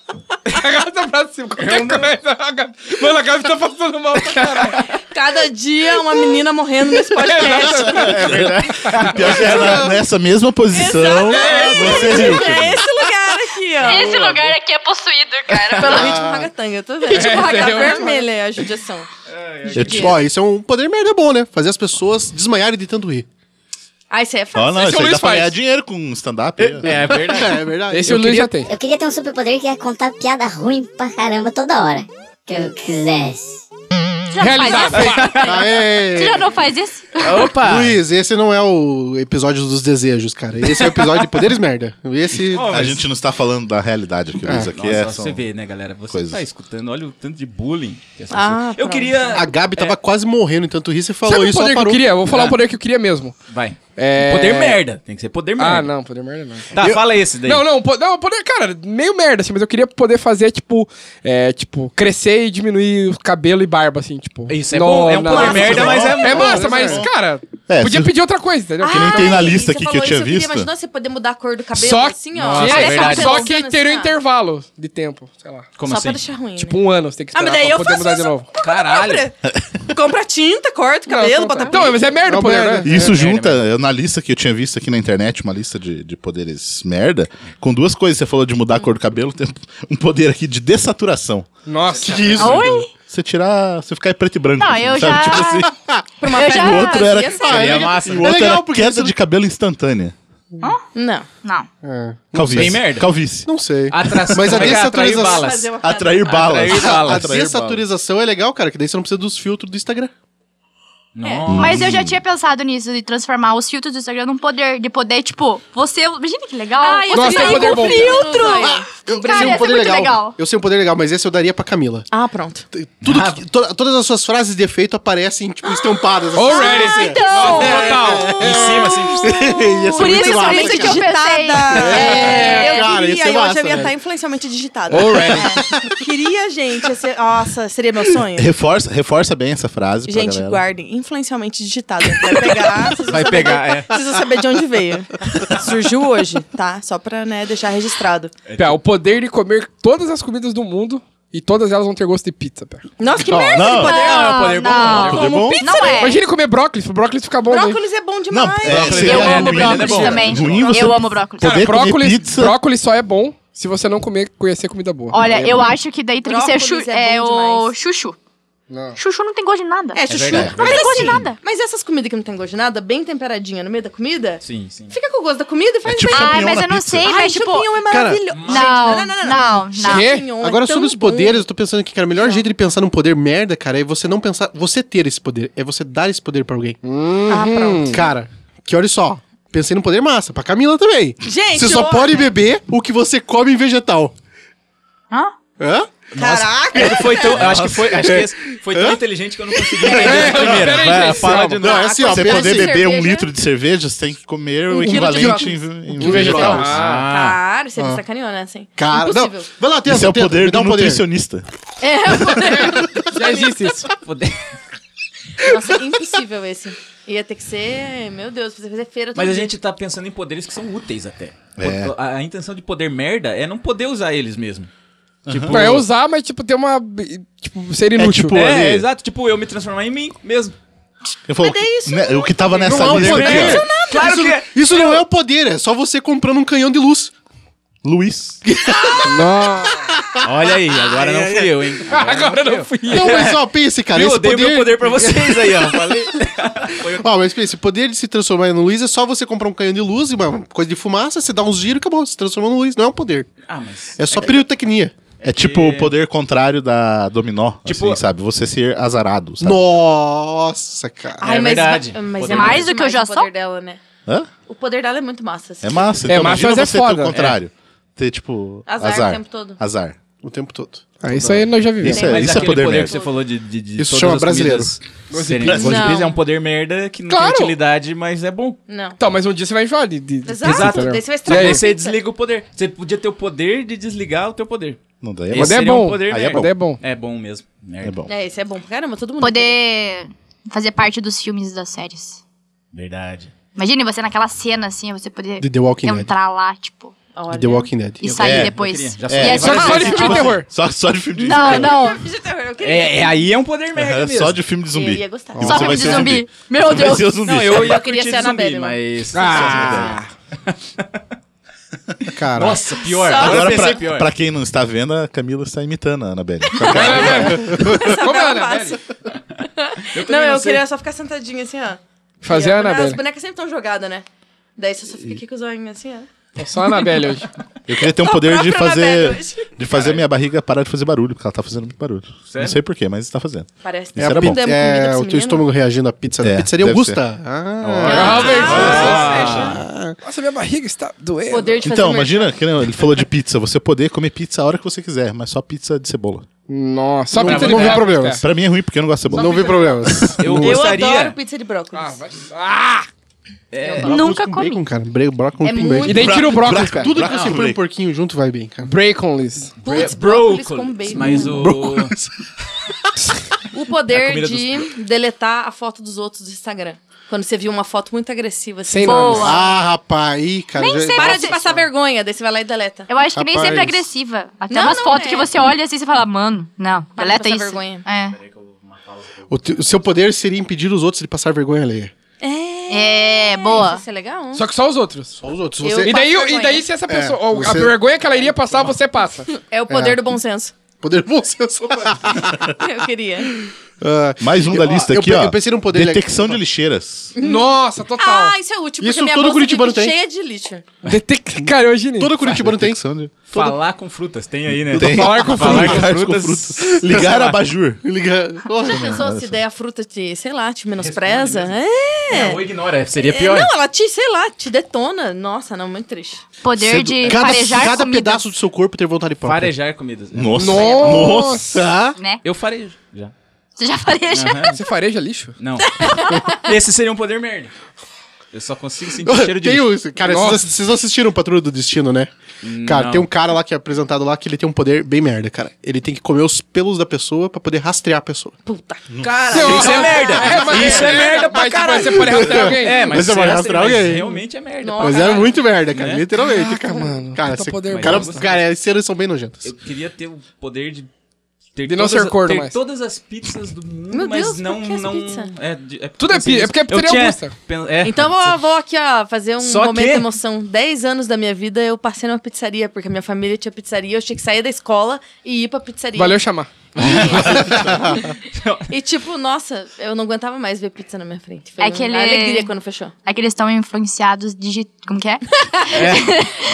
D: Arrasta pra cima. Qualquer coisa. a Gabi- Mano, a Gabi tá passando mal pra caralho.
F: Cada dia uma menina morrendo nesse podcast.
B: Pior que é na- nessa mesma posição, você riu.
F: É esse lugar aqui, ó.
G: Esse lugar aqui é possuído, cara.
F: Pelo ritmo ragatanga, eu tô vendo. Ritmo
D: ragatanga.
F: vermelho é a judiação.
B: Eu te-
C: Ó, isso é um poder merda bom, né? Fazer as pessoas desmaiarem de tanto rir.
F: Ah, isso aí é fácil.
B: Ó, não,
D: Esse
B: isso
D: o
B: aí
D: Luiz
B: dá pra
D: faz.
B: ganhar dinheiro com stand-up. né? aí, ó.
E: É verdade.
C: É, é verdade.
D: Esse
C: Eu
D: o Luiz
C: queria-
D: já tem.
I: Eu queria ter um superpoder que ia contar piada ruim pra caramba toda hora. Que eu quisesse.
G: Você já não faz isso? Você
C: Aê!
G: já não faz isso?
I: Opa!
C: Luiz, esse não é o episódio dos desejos, cara. Esse é o episódio de poderes merda. Esse.
B: A gente não está falando da realidade aqui, Luiz. Aqui
E: Nossa,
B: é.
E: você
B: são-
E: vê, né, galera? Você
B: coisas.
E: tá escutando, olha o tanto de bullying que essa
F: Ah,
E: pessoa- Eu
F: pronto.
E: queria.
C: A Gabi
G: é.
C: tava quase morrendo em tanto rir, você falou
D: Sabe o
C: isso,
D: poder
C: ela
D: que eu
C: parou. Ah.
D: queria? Vou falar o poder que eu queria mesmo.
E: Ah, Vai.
D: É-
E: Poder merda. Tem que ser poder merda.
D: Ah, não, poder merda não.
E: Tá, fala esse daí.
D: Não, não, po- não, poder, cara, meio merda, assim, mas eu queria poder fazer, tipo, é, tipo, crescer e diminuir o cabelo e barba, assim, tipo.
E: Isso é bom, é um poder merda, mas é
D: É
E: bom,
D: massa,
E: é
D: mas,
E: bom.
D: cara,
B: É,
D: podia
B: se-
D: pedir outra coisa, entendeu?
F: Ah,
D: Que nem-
B: nem tem na
F: Ai,
B: lista
F: você
B: aqui que
F: falou
B: eu tinha
F: isso,
B: visto.
F: Imaginou você poder mudar a cor do cabelo
D: Só,
F: assim, ó.
D: Nossa, é
F: Parece um
D: verdade.
F: cabelo
D: só que
F: usando
D: ter um
F: assim, ó.
D: intervalo de tempo, sei lá.
E: Como
F: só
E: assim?
F: pra deixar ruim.
D: Tipo, um ano, você tem que
F: Ah,
D: esperar
F: mas daí
D: pra
F: eu
D: poder
F: faço
D: mudar de
F: isso.
D: novo.
E: Caralho.
F: Compra, compra tinta, corta o cabelo, bota
D: Então, mas é merda o
C: Não,
D: poder,
C: merda.
D: né?
B: Isso junta, eu, na lista que eu tinha visto aqui na internet, uma lista de, de poderes merda, com duas coisas. Você falou de mudar a cor do cabelo, tem um poder aqui de dessaturação.
D: Nossa.
B: isso?
G: Oi?
B: Você tirar. Você ficar preto e branco.
G: Não,
B: assim, sabe?
G: eu já- assim.
B: Tipo assim,
F: pra uma
G: Eu
F: pele
G: já-
B: o
F: mais
B: outro é. era.
F: macia, sabe?
E: Seria massa.
B: E o outro
C: legal,
B: era
C: porque
B: queda
C: você-
B: de cabelo instantânea.
F: Não.
G: Não.
B: Calvície.
E: Tem merda?
B: Calvície.
C: Não sei.
E: Atração.
C: Mas a
E: Como é que é atrair
C: dessaturação-
E: balas.
F: Fazer um- uma cara-
B: Atrair balas.
E: Atrair
C: A
E: balas.
C: dessaturização é legal, cara, que daí você não precisa dos filtros do Instagram.
E: Nossa.
G: Mas eu já tinha pensado nisso, de transformar os filtros do Instagram num poder, de poder, tipo, você. Imagina que legal.
F: Ai, eu
D: Nossa,
G: você
D: tem
F: saí
G: um sair
D: poder
F: com
D: bom.
F: filtro.
C: Ah, Eu
G: É. Cara,
C: sei um
G: ia ser muito legal.
C: Eu sei um poder legal, mas esse eu daria pra Camila.
F: Ah, pronto.
C: Tudo
D: Ah.
C: que- to- todas as suas frases de efeito aparecem, tipo, estampadas. assim.
D: Already.
F: Ah,
G: então.
E: Total. Em cima, assim.
C: Ia ser
G: Ah! Por
C: muito
G: isso,
C: massa,
G: por isso que
C: cara.
G: eu pensei.
F: É, eu
C: cara, isso
F: queria,
C: é
F: eu
C: massa,
F: hoje eu ia
C: velho.
F: estar influencialmente digitada. É. Queria, gente. ia ser- Nossa, seria meu sonho.
B: Reforça, reforça bem essa frase. pra
F: Gente,
B: galera.
F: guardem. Influencialmente digitada. Vai pegar, vocês vão
E: Vai
F: saber-
E: pegar, é.
F: Vocês vão saber de onde veio. Surgiu hoje, tá? Só pra, né, deixar registrado.
D: Pé, o poder de comer todas as comidas do mundo e todas elas vão ter gosto de pizza, pé.
F: Nossa, que merda
B: não.
F: de poder.
E: Não, é um poder bom.
G: Ah, Não.
E: é um poder
B: Poder bom?
G: Não é.
D: Imagina comer brócolis, pro brócolis ficar bom, né?
F: Brócolis é bom
B: Não,
F: demais.
B: é, seria
G: Eu amo
B: ruim, né?
G: brócolis
B: Bom,
G: também.
B: ruim você
G: Eu amo brócolis.
B: poder comer
D: Cara, brócolis,
B: pizza.
D: brócolis só é bom se você não comer, conhecer comida boa.
G: Olha,
D: Aí é
G: eu
D: bom.
G: acho que daí tem que ser chu-
F: Brócolis é
G: é,
F: bom
G: o
F: demais.
G: chuchu.
D: Não.
G: Chuchu não tem gosto de nada. Ah,
F: É, chuchu.
E: verdade,
G: não tem
F: mas,
G: gosto de
F: assim,
G: nada.
F: mas essas comidas que não tem gosto de nada, bem temperadinha no meio da comida,
E: Sim, sim.
F: fica com o gosto da comida e faz
B: tipo
F: bem.
B: champignon
G: Ai, mas
B: na
G: eu não
B: pizza.
G: sei,
F: Ai,
G: mas tipo.
F: champignon é maravilhoso. Gente,
G: Não, não, não.
D: Quê?
F: Champignon é
C: Agora,
F: tão
C: sobre os
F: bom.
C: poderes, eu tô pensando aqui, cara, o melhor jeito de pensar num poder merda, cara, é você não pensar. Você ter esse poder, é você dar esse poder pra alguém.
B: Hum.
F: Ah, pronto.
C: Cara, que olha só. Pensei num poder massa, pra Camila também.
F: Gente,
C: você só
F: eu-
C: pode beber o que você come em vegetal.
G: Hã?
C: Hã?
F: Caraca.
E: Ele foi tão. Eu acho que foi. Acho que esse foi tão inteligente que eu não consegui entender
D: é
E: a primeira.
D: peraí,
E: Vai,
D: gente,
E: fala de
C: Não,
E: novo.
C: é assim, ó.
B: Você
C: pensa
B: poder
C: assim.
B: beber um
F: cerveja.
B: litro de cerveja, você tem que comer o
F: Um quilo de
B: equivalente em, é
F: brócolis.
B: em
D: Um vegetal.
B: vegetal.
D: Ah.
F: Cara, você me sacaneou, né? Assim.
C: Cara, não.
F: Impossível. É,
C: Vai lá, tenta,
B: Esse é o
C: tenta, me
B: poder
C: dá
B: do
C: um poder.
B: nutricionista.
D: Já existe isso.
E: Poder-
F: Nossa, impossível esse. Ia ter que ser, meu Deus, fazer fazer feira todo
E: Mas a
F: dia.
E: gente tá pensando em poderes que são úteis até.
B: É.
E: A, a intenção de poder merda é não poder usar eles mesmo. Tipo,
D: Não, é usar, mas tipo, ter uma. Tipo, ser inútil.
B: tipo-
E: É,
B: ali.
E: exato. Tipo, eu me transformar em mim mesmo.
B: Eu falo,
F: Mas é isso,
B: né, o que tava nessa
E: Não é um
B: lista
E: poder.
B: aqui, ó.
E: Claro que é.
C: Isso não é o poder, é só você comprando um canhão de luz.
B: Luiz.
D: Não.
E: Olha aí, agora não fui eu, hein?
D: Agora não fui.
C: Não,
B: É.
C: mas ó, pense, cara,
E: eu
C: esse
E: odeio
C: poder...
E: meu poder pra vocês aí, ó. Falei.
C: Ó, mas pense, o poder de se transformar no luz é só você comprar um canhão de luz e uma coisa de fumaça, você dá uns giros e acabou, se transformou no luz. Não é um poder.
E: Ah, mas.
C: É só pirotecnia.
B: É tipo o poder contrário da dominó,
E: Tipo-
B: assim, sabe? Você ser azarado, sabe?
C: Nossa, cara.
F: Ai,
E: É
F: mas,
E: verdade.
F: Mas
E: Poder
F: é
G: mais
F: mais
G: do que eu já
F: o
G: sou?
F: poder dela, né?
B: Hã?
F: O poder dela é muito massa. assim.
B: É massa.
D: É
B: Então,
D: massa,
B: imagina
D: mas é
B: você ter
D: foda.
B: o contrário. Ter, tipo,
F: Azar
B: azar.
F: o tempo todo.
B: Azar.
C: O tempo todo.
D: Ah, isso aí nós já vivemos.
B: Isso é,
E: Mas
B: isso é
E: aquele
B: poder,
E: poder
B: merda.
E: que você falou de. de, de
C: Isso
E: todas
C: chama
E: as
C: brasileiro.
E: comidas serem- Gosto de
F: Não.
E: pizza é um poder merda que não
D: Claro.
E: tem utilidade, mas é bom.
F: Não.
D: Então, mas um dia você vai enjoar de. de- de
F: Exato,
D: pizza,
F: daí
D: né?
F: você vai
D: E
F: estragar.
D: aí?
E: Aí você
F: pizza.
E: desliga o poder. Você podia ter o poder de desligar o teu poder.
B: Não daí é
E: Esse
D: Poder é
E: seria
D: bom.
E: um poder
B: Aí é
E: merda.
B: bom.
D: É bom.
E: É bom mesmo. Merda.
B: É bom.
F: É, esse é bom pra caramba, todo mundo.
G: tipo, Poder fazer parte dos filmes e das séries.
E: Verdade.
G: Imagine você naquela cena assim, você poder
C: De The Walking Dead.
G: entrar lá, tipo,
F: Olha.
C: The Walking Dead.
G: e sair
B: é,
G: depois.
E: eu queria. Já
G: E
E: sei.
G: é
D: Só,
G: tipo-
D: só de filme de terror.
B: assim, Só, só de filme de
C: é
G: Não,
B: zumbi.
G: não.
F: De terror, eu queria.
E: É, é- aí é um poder merda
B: Aham,
E: mesmo.
B: Só de filme de zumbi.
F: Eu ia gostar.
B: E
G: Só
B: você vai
G: filme de
B: ser
G: zumbi. Meu
B: Você vai
G: Deus.
B: ser o zumbi.
E: Não, um eu ia
F: Eu
E: curtir
F: queria ser
E: de zumbi,
F: Annabelle,
E: mas...
D: Ah.
C: Cara.
E: Nossa, pior.
F: Só-
B: Agora,
E: eu pensei
B: pra, pra quem não está vendo, a Camila está imitando a Anabelle.
D: Como é,
F: eu
D: né,
F: faço.
D: velho?
F: Não,
E: também
F: eu
E: não sei.
F: queria só ficar sentadinha assim, ó.
D: Fazer
F: E
D: a
F: As
D: Anabelle.
F: bonecas sempre estão jogadas, né? Daí você só fica aqui com os olhinhos assim, ó.
D: Só a Anabelle hoje.
B: Eu queria ter um poder de
F: Própria Anabelle
B: fazer
F: hoje.
B: De fazer minha barriga parar de fazer barulho, porque ela tá fazendo muito barulho.
E: Sério?
B: Não sei porquê, mas tá fazendo.
F: Parece que
B: Isso
C: a
B: era
F: nós
B: bom.
C: pizza-
F: damos comida
C: é
F: pra
C: o
F: esse
C: teu
F: menino.
C: estômago reagindo à pizza.
B: É,
C: Pizzaria
B: deve
C: Augusta. Ah,
D: Nossa, minha barriga está doendo.
F: Poder de fazer
B: Então,
F: merchan.
B: imagina, que nem ele falou de pizza, você poder comer pizza a hora que você quiser, mas só pizza de cebola.
D: Nossa, só
C: Não-
D: pizza de
C: não vi
D: brócolis,
C: problemas.
D: cara.
B: Pra mim é ruim, porque eu não gosto de cebola.
C: Não vi problemas.
E: Eu
F: Eu adoro
E: gostaria.
F: pizza de brócolis.
D: Ah, vai- Ah!
G: Nunca
C: com
G: comi.
C: bacon, cara. Bre- Brócolis
F: É
C: com
F: muito-
D: E
C: bacon.
D: daí tira o brócolis, cara.
C: Tudo que
B: Brócolis.
C: você põe um porquinho junto vai bem, cara.
D: Brócolis.
F: Putz, brócolis com
E: Brócolis.
F: bacon.
E: Mas o. É
F: O
E: a
F: poder
E: comida
F: de deletar a foto dos outros do Instagram. Quando você viu uma foto muito agressiva. Assim,
D: Sem
F: pô,
D: nada.
G: Boa.
C: Ah, rapaz, aí, cara.
G: Nem
C: já-
G: sei
F: Para
G: Mas
F: de
G: é
F: passar vergonha, daí você vai lá e deleta.
G: Eu acho que nem
C: Rapaz.
G: sempre é agressiva. Até
F: Não,
G: umas
F: não
G: fotos
F: é.
G: que você olha assim e você fala, mano, não,
F: Para
G: deleta
F: de passar
G: isso.
F: vergonha.
G: É.
C: O, te- o seu poder seria impedir os outros de passar vergonha alheia.
G: É,
F: Isso,
G: boa.
F: Isso é legal. hein?
D: Só que só os outros.
C: Os outros,
F: Eu-
C: você...
D: E daí,
F: Passa
D: e daí
F: vergonha.
D: se essa pessoa. ou A
C: você-
D: vergonha que ela iria passar, você passa.
F: É o poder do bom senso.
C: Poder é bom senso.
F: Eu queria.
C: Ah,
B: Mais um da
C: eu-
B: lista
C: eu
B: aqui,
C: pe-
B: ó.
C: eu pensei num poder
B: Detecção de lixeiras.
D: Nossa, total.
F: Ah, isso é útil,
C: Isso
F: porque minha
C: todo
F: bolsa fica
C: curitibano tem.
F: cheia de lixo.
D: Detec... Cara, eu imaginei.
C: Todo Curitibano tem.
B: Detecção de...
E: Falar com frutas, tem aí, né?
B: Tem.
D: Falar com
E: Falar com
B: Ligar
E: frutas.
B: Ligar a Bajur.
C: Liga...
F: Já pensou se der a fruta te, sei lá, te menospreza? É.
E: É, ou ignora, seria
F: Não,
E: pior.
F: ela te, sei lá, te detona. Nossa, não, muito triste.
G: Poder
C: Você-
G: de
C: cada,
G: farejar
C: cada
G: comida,
C: pedaço do seu corpo ter vontade própria.
E: Farejar comidas. né?
B: Nossa.
D: Nossa.
C: Tá?
G: né?
E: Eu farejo. Já.
G: Você já fareja.
D: Você fareja lixo?
E: Não. Esse seria um poder merda. Eu só consigo sentir cheiro de
C: Tem
E: lixo.
C: o- cara, vocês,
D: Nossa.
C: ass- vocês assistiram Patrulha do Destino, né? Cara,
E: Não.
C: tem um cara lá que é apresentado lá que ele tem um poder bem merda, cara. Ele tem que comer os pelos da pessoa pra poder rastrear a pessoa.
F: Puta.
E: Isso é merda. Isso é merda pra
D: mas, tipo,
E: caralho.
D: Você pode arrastar alguém.
E: É, mas,
C: Mas é
E: será-
C: mais rastrear
E: mas
C: alguém.
E: realmente é merda.
F: Nossa.
C: Mas
E: pra
C: era
E: caralho.
C: muito merda, cara.
E: Né?
C: Literalmente,
D: Caraca,
C: cara.
D: mano.
C: Cara,
D: Puta
C: esse-
D: poder
C: cara,
E: bosta.
C: cara, as cenas são bem nojentas.
E: Eu queria ter o poder de ter,
D: De não
E: todas,
D: ser corno
E: ter
D: mais.
E: todas as pizzas do mundo,
F: Meu
E: mas
F: Deus, por
E: não
F: que as
E: não
F: pizza?
E: é, de- é
D: Tudo é
E: pensei
D: pi- é
E: nisso.
D: porque é
E: Eu
D: pizzaria
E: tinha-
D: Augusta.
E: pen- é.
F: Então eu vou aqui, ó, fazer um
E: Só
F: momento
E: que-
F: emoção. Dez anos da minha vida eu passei numa pizzaria, porque minha família tinha pizzaria, eu tinha que sair da escola e ir pra pizzaria.
D: Valeu chamar.
F: E tipo, nossa, eu não aguentava mais ver pizza na minha frente. Foi
G: É
F: uma
G: que ele-
F: alegria quando fechou.
G: É que eles estão influenciados digi... Como que é?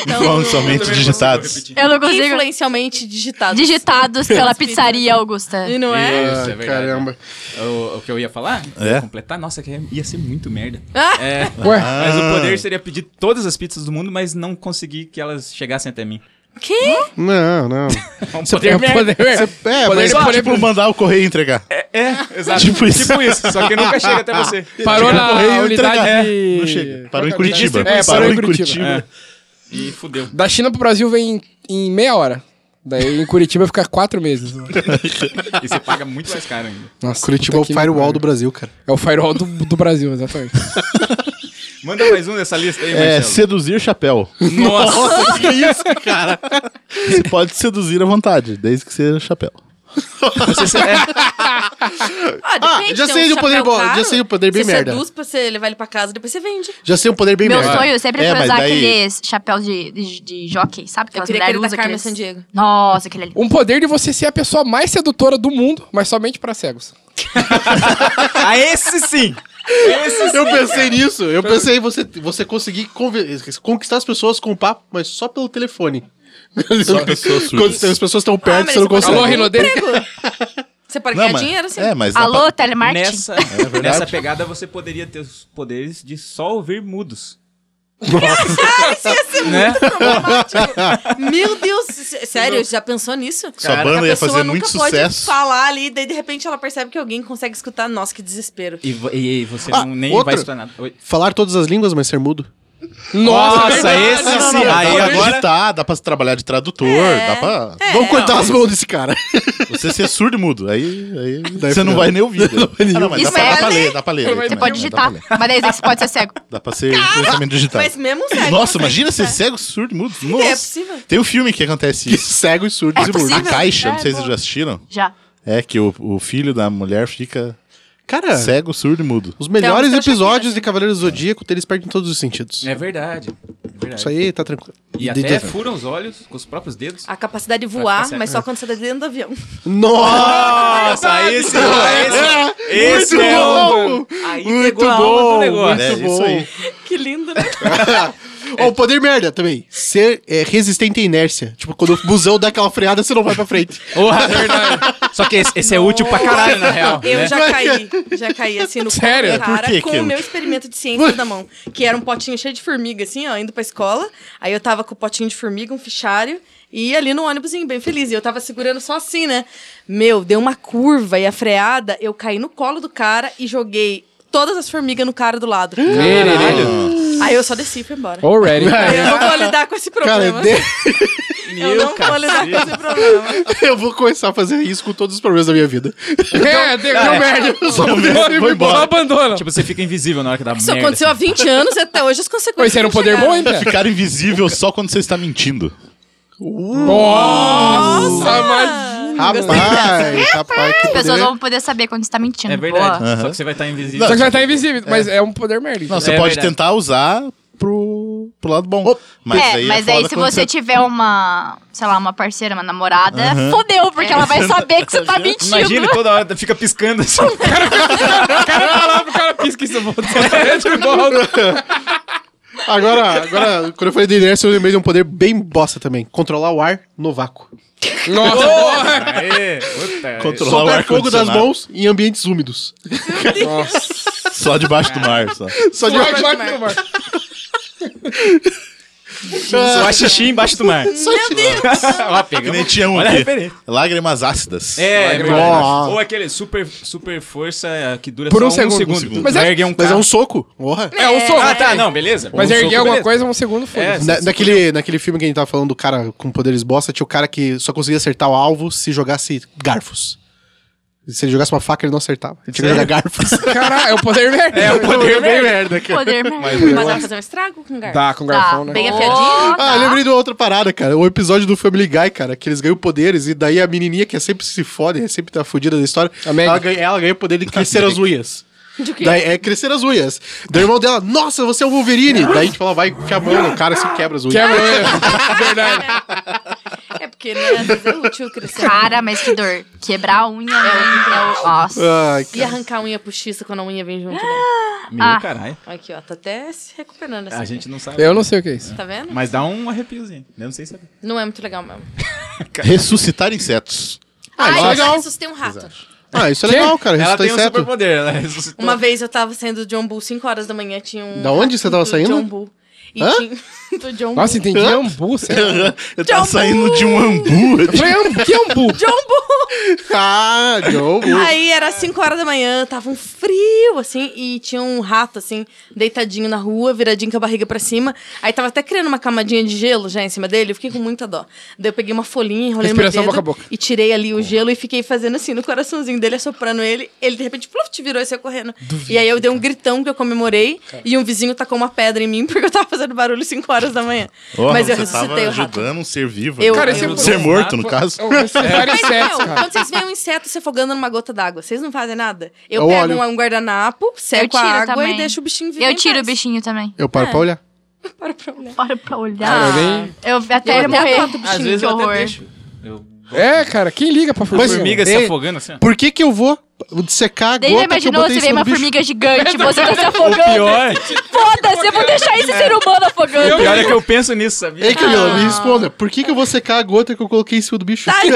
C: Então,
B: Influencialmente digitados.
G: Eu não consigo.
F: Influencialmente digitado.
G: Digitados pela pizzaria Augusta.
F: E não é?
E: Isso, é
C: Ah,
E: verdade.
C: caramba.
E: O, o que eu ia falar?
B: É?
E: Ia completar? Nossa, que ia ser muito merda.
F: Ah!
E: É,
D: Ué.
E: mas o
B: Ah.
E: poder seria pedir todas as pizzas do mundo, mas não conseguir que elas chegassem até mim.
F: Que?
C: Não, não.
E: É um poder merda.
C: É,
D: Poder
C: mas
D: de
B: Só,
D: poder-
B: tipo, mandar o correio entregar.
E: É, exato.
B: Tipo isso.
E: só que nunca chega até você. Tipo,
D: Parou na
B: correio
D: unidade
B: entregar.
D: de-
B: Não chega. Parou em Curitiba.
D: É, parou em Curitiba.
E: É. E fudeu.
D: Da China pro Brasil vem em, em meia hora. Daí em Curitiba fica quatro meses.
E: E você paga muito mais caro ainda.
D: Nossa,
C: Curitiba é o
D: puta que
C: firewall
D: pariu.
C: do Brasil, cara.
D: É o firewall do, do Brasil, exatamente.
E: Manda mais um dessa lista aí,
B: É,
E: Marcelo.
B: seduzir chapéu.
E: Nossa,
C: que isso, cara?
B: Você pode seduzir à vontade, desde que seja chapéu.
E: você é,
F: Ah, depende,
C: já
F: tem
C: sei
F: um
C: do
F: chapéu
C: poder bom,
F: caro,
C: já sei do poder bem
F: você
C: merda.
F: Você seduz pra você levar ele pra casa, depois você vende.
C: Já sei um poder bem
G: Meu
C: merda.
G: sonho sempre
B: É,
G: foi
B: mas
G: usar
B: daí-
G: aqueles chapéus de, de, de jockey,
F: Eu
G: sabe? Aquelas
F: queria aquele
G: mulheres
F: da
G: usam
F: Carmen
G: aqueles...
F: San Diego.
G: Nossa, aquele ali.
D: Um poder de você ser a pessoa mais sedutora do mundo, mas somente pra cegos.
E: Ah, esse sim! Esse sim!
C: Eu pensei nisso. Eu pensei em você, você conseguir conver- conquistar as pessoas com o papo, mas só pelo telefone. Só é
B: pessoas
C: Quando
B: surdas.
C: as pessoas estão perto,
F: mas
C: você não
F: você pode-
C: consegue.
D: Alô, Rinodê?
F: Você pode
B: Não,
F: ganhar
B: mas-
F: dinheiro, sim.
B: É, mas dá
G: Alô, telemarketing?
E: Nessa, nessa pegada você poderia ter os poderes de só ouvir mudos.
F: é
E: né?
F: Meu Deus, sé- sério, já pensou nisso?
B: Sua
F: Que a
B: banda ia
F: pessoa
B: fazer
F: nunca
B: muito
F: pode
B: sucesso.
F: falar ali, daí de repente ela percebe que alguém consegue escutar. Nossa, que desespero.
B: Então.
E: E, vo- e- e você
C: Ah,
E: não, nem
C: outro?
E: vai escutar nada. Oi.
C: Falar todas as línguas, mas ser mudo.
D: Nossa, verdade.
E: esse
B: Não, não,
E: sim!
B: não, dá
E: Aí
B: pra
E: agora.
B: digitar, dá pra se trabalhar de tradutor, dá pra...
C: Vamos cortar
F: não,
C: as mãos desse cara.
B: Você ser surdo e mudo, aí, aí
C: Daí
B: você não
C: fudeu.
B: vai nem ouvir.
C: Não vai nem
B: Ah, não, mas dá pra,
G: ouvir. Isso
B: dá pra
G: é
B: ler, dá pra ler. aí
G: Você
B: também, mas dá
G: pode
B: pra
G: digitar,
B: ler.
G: mas daí você pode ser cego.
B: Dá pra ser influenciamento digital.
F: Mas mesmo né? cego.
B: Nossa,
F: consegue
B: imagina ser
F: escutar.
B: cego, surdo e mudo.
F: É
B: Nossa.
F: possível.
B: Tem um filme que acontece isso.
C: Cego e surdo
G: É
C: e mudo.
B: A
G: possível?
B: Tipo, Caixa, não
G: É,
B: sei se vocês
G: boa.
B: já assistiram.
G: Já.
B: É que o, o filho da mulher fica
C: Cara,
B: cego, surdo e mudo.
C: os melhores
F: Então, então,
C: episódios
F: Shakira,
C: de Cavaleiros do Zodíaco, eles perdem todos os sentidos.
E: É verdade. é verdade.
C: Isso aí tá tranquilo. De-
E: E até
C: de-
E: furam os olhos com os próprios dedos.
F: A capacidade de
E: Vai
F: voar,
E: ficar
B: né?
F: mas só quando você tá dentro do avião.
C: Nossa!
F: Ah, é
E: Nossa, esse, Ah, esse, esse
C: Muito
E: é o.
C: bom!
E: Aí
C: Muito
E: pegou a
C: bom,
E: alma do
C: muito
E: negócio.
B: é isso aí.
F: Que lindo, né?
C: Ó, o poder merda também. Ser é, resistente à inércia. Tipo, quando o busão dá aquela freada, você não vai pra frente.
E: é
I: Porra, verdade. Só que esse, esse é útil pra caralho, na real.
F: Eu
I: né?
F: já caí, já caí assim no
I: Sério?
F: colo do
B: Por que
F: cara
B: que
F: com
B: eu-
F: o meu experimento de ciência na mão, que era um potinho cheio de formiga, assim, ó, indo pra escola. Aí eu tava com o potinho de formiga, um fichário, e ia ali no ônibusinho, bem feliz. E eu tava segurando só assim, né? Meu, deu uma curva e a freada, eu caí no colo do cara e joguei todas as formigas no cara do lado. Aí eu só desci e fui embora.
D: Already.
F: Eu não vou lidar com esse
C: Cara,
F: problema.
C: de-
F: Eu não vou lidar com esse problema.
C: eu vou começar a fazer isso com todos os problemas da minha vida.
D: É, deu deu merda.
C: Eu só
D: Vou embora. Abandona.
E: Tipo, você fica invisível na hora que dá
F: Isso
E: merda.
F: aconteceu há 20 anos e até hoje as consequências.
D: Mas era um
F: não
D: poder bom,
F: chegaram.
D: hein, Pé?
B: Ficar invisível só quando você está mentindo.
D: Nossa, mas...
C: Rapaz, rapaz, que
G: As pessoas
C: poder.
G: vão poder saber quando você tá mentindo.
E: É verdade.
G: Boa.
E: Só que você vai estar invisível.
D: Só que já tá invisível, mas é um poder merda.
B: Não,
D: então.
B: você
E: É
B: pode
E: verdade.
B: tentar usar pro, pro lado bom. Mas
G: é,
B: aí, é
G: mas aí
B: foda
G: se
B: quando
G: você tiver uma, sei lá, uma parceira, uma namorada, fodeu, porque ela vai saber que você tá mentindo.
E: Imagina, toda hora fica piscando assim.
D: O cara tá lá, o cara pisca isso. volta,
E: É
D: de volta.
C: Agora, agora, quando eu falei de inércia, eu lembrei de um poder bem bosta também. Controlar o ar no vácuo.
D: Nossa.
E: Aê, puta. é
B: Controlar o
C: Soltar
B: ar
C: fogo das
B: condicionado.
C: mãos em ambientes úmidos.
B: Só debaixo do mar, só.
C: Só de
D: Vai, vai, vai, vai.
E: Só xixi embaixo do mar. Ó,
B: Que
E: pegamos.
B: nem tinha um
E: Olha a
B: aqui.
E: referência.
B: Lágrimas ácidas.
E: É, é
C: Lágrima.
E: verdade.
C: Ó.
E: Ou aquele super, super força eh, que dura
D: Por
E: só
D: um segundo.
E: segundo.
D: Um segundo. Mas é-
E: Ergue um
C: Mas é
E: carro.
C: um soco. Porra.
D: É, um soco.
E: Ah, tá, não, beleza.
D: Mas
E: Um
D: erguer
E: soco,
D: alguma
E: beleza.
D: coisa, um segundo, foda-se.
E: É.
C: Na- naquele, naquele filme que a gente tava falando do cara com poderes bosta, tinha o cara que só conseguia acertar o alvo se jogasse garfos. Se ele jogasse uma faca, ele não acertava. Ele tinha que jogar garfos.
D: Caralho, é o poder merda. É, o
C: poder bem merda, cara.
G: Poder mesmo.
F: Mas dá pra fazer um estrago com garfo.
D: Tá, com
G: Tá,
D: garfão, né?
G: bem
F: Ó.
G: afiadinho.
C: Ah, lembrei de uma outra parada, cara. O episódio do Family Guy, cara, que eles ganham poderes e daí a menininha que é sempre se fode, é sempre tá fudida da história,
D: A Meg.
C: ela ganha, ela ganha o poder de crescer as unhas.
F: De quê?
C: Daí, é crescer as unhas. Daí o irmão dela, nossa, você é o Wolverine. Daí tipo, ela vai com a mão no cara assim quebra as unhas.
D: Que é merda. Verdade.
F: É porque, né, às vezes é útil crescer.
G: Cara, mas que dor. Quebrar a unha é, é o. Nossa.
C: Ai,
F: E arrancar a unha postiça quando a unha vem junto, né?
E: Meu caralho.
F: Aqui, ó, tá até se recuperando assim.
E: A gente não sabe.
D: Eu não sei o que é isso.
F: Tá vendo?
E: Mas dá um arrepiozinho. Eu não sei se é.
F: Não é muito legal mesmo.
B: Ressuscitar insetos.
F: Ai,
C: nossa.
F: eu já ressuscitei um rato.
C: ah, isso é legal, cara.
E: Ela
C: Ressuscitar
E: tem um
C: inseto.
E: superpoder, ela ressuscitou.
F: Uma vez eu tava saindo do John Bull, 5 horas da manhã, tinha um.
C: Da onde você tava
F: do
C: saindo?
F: John Bull. E
C: Hã?
F: tinha. Do John
D: Nossa,
F: Bull.
D: entendi ambu, sei lá.
B: Eu tava
F: Jambu!
B: saindo de um ambu.
D: Eu falei, ambu, que ambu?
F: John Bull!
C: Ah, John Bull.
F: Aí era 5 horas da manhã, tava um frio, assim, e tinha um rato, assim, deitadinho na rua, viradinho com a barriga pra cima. Aí tava até criando uma camadinha de gelo já em cima dele, eu fiquei com muita dó. Daí eu peguei uma folhinha, enrolei no meu
D: Respiração
F: dedo
D: boca a boca.
F: e tirei ali o gelo e fiquei fazendo assim no coraçãozinho dele, assoprando ele. Ele, de repente, pluf, te virou e saiu correndo. e aí eu dei um gritão que eu comemorei e um vizinho tacou uma pedra em mim porque eu tava fazendo barulho 5 horas da manhã.
B: Porra,
F: Mas eu
B: você tava
F: ressuscitei o rato.
B: ajudando um ser vivo.
F: Eu-
D: Cara,
F: eu-
D: esse- É
B: Ser morto, no caso.
D: Eu recebi vários
F: Mas,
D: sets,
F: meu,
D: cara.
F: quando vocês veem um inseto se afogando numa gota d'água, vocês não fazem nada? Eu,
C: Eu
F: pego
C: olho.
F: um, um guardanapo, seco a
G: tiro
F: água
G: também.
F: e deixo o bichinho viver.
G: Eu
F: em
G: tiro o
F: paz.
G: bichinho também.
C: Eu paro pra olhar.
G: Para pra olhar.
F: Ah,
G: Eu até
F: eu
G: ele
F: até
G: morrer.
F: adoto o bichinho,
E: Às vezes
F: que
E: eu até
F: horror.
E: deixo. Eu...
D: É, cara, quem liga pra formiga?
E: Formiga se
C: ei.
E: afogando assim, ó.
C: Por que que eu vou secar a
G: Daí já
C: gota que eu
G: imaginou
C: botei
G: você
C: em
G: ver
C: cima do
G: uma
C: bicho?
G: formiga gigante, você tá se afogando.
E: Pior,
G: Foda-se, eu vou deixar esse ser humano afogando.
E: pior é que eu penso nisso, sabia?
C: Ei, Camila, me responda. Por que que eu vou secar a gota que eu coloquei em cima do bicho?
F: Tadinho!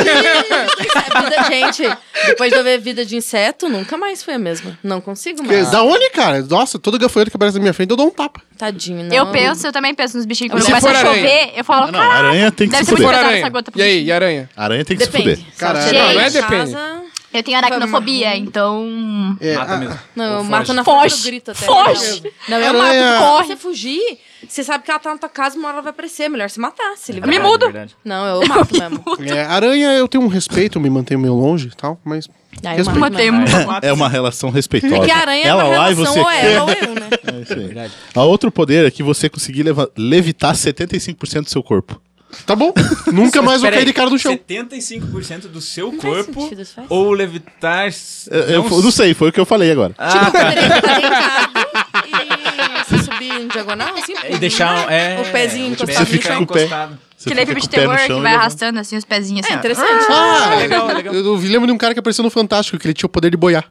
F: É vida- Gente, depois de eu ver vida de inseto, nunca mais foi a mesma. Não consigo
C: Porque
F: mais.
C: Da onde, cara? Nossa, todo gafanhoto que aparece na minha frente, eu dou um tapa.
F: Tadinho, não.
G: Eu penso, eu também penso nos bichinhos. Quando
D: Se
G: começa a
D: for aranha?
G: chover, eu falo,
B: Não,
G: cara,
B: aranha tem que
G: Deve
B: se
G: ser
D: For
G: muito
B: fuder.
G: pesado.
D: aranha.
G: essa gota pro
D: E aí,
G: bichinho.
D: e aranha?
B: Aranha tem que
F: Depende.
B: se fuder.
F: Se ela
C: Caralho.
F: tiver
G: Não, não
D: é
F: em
D: depende.
F: casa-
G: eu tenho aracnofobia, então.
C: É,
E: Ah, Mata
B: ah,
C: a-
E: mesmo.
F: Não, eu
E: Ou
F: mato
E: foge.
F: na
G: Foge,
F: frente do Tá grito até.
G: foge.
F: Não, eu
C: Aranha.
F: mato. Corre. Se você fugir, você sabe que ela tá na tua casa, uma hora ela vai aparecer. Melhor se matar, se livrar.
G: Me mudo.
E: Verdade.
F: Não, eu mato mesmo.
C: é, aranha, eu tenho um respeito, eu me mantenho meio longe e tal, mas.
F: Aí eu mato mesmo.
G: Matei muito.
E: Ah,
B: É uma relação
F: É
B: respeitosa.
F: que a aranha
B: ela
F: é uma
B: lá e
F: relação
B: você
F: ou ela ou eu, né?
B: É isso aí. A outro poder é que você conseguir leva- levitar 75% do seu corpo.
C: Tá bom. Nunca mais vou
E: Peraí,
C: cair de cara no chão.
E: 75% do seu
F: faz
E: corpo
F: sentido, isso faz
E: ou levitar.
B: Eu, eu f- não sei, foi o que eu falei agora.
E: Ah, tá.
F: Poderia ficar deitado e se subir em diagonal, assim.
E: E deixar. É,
F: O pezinho
E: tipo,
F: encostado
B: você
F: no
B: fica
F: chão.
B: com o pé. Você
G: Que nem
B: fica com o pé
G: filme de
B: no
G: terror que
B: chão é e
G: vai
B: levanta.
G: arrastando assim os pezinhos
F: É
G: assim. ó.
F: interessante.
C: Ah,
E: legal, legal.
C: Eu, eu lembro de um cara que apareceu no Fantástico, que ele tinha o poder de boiar.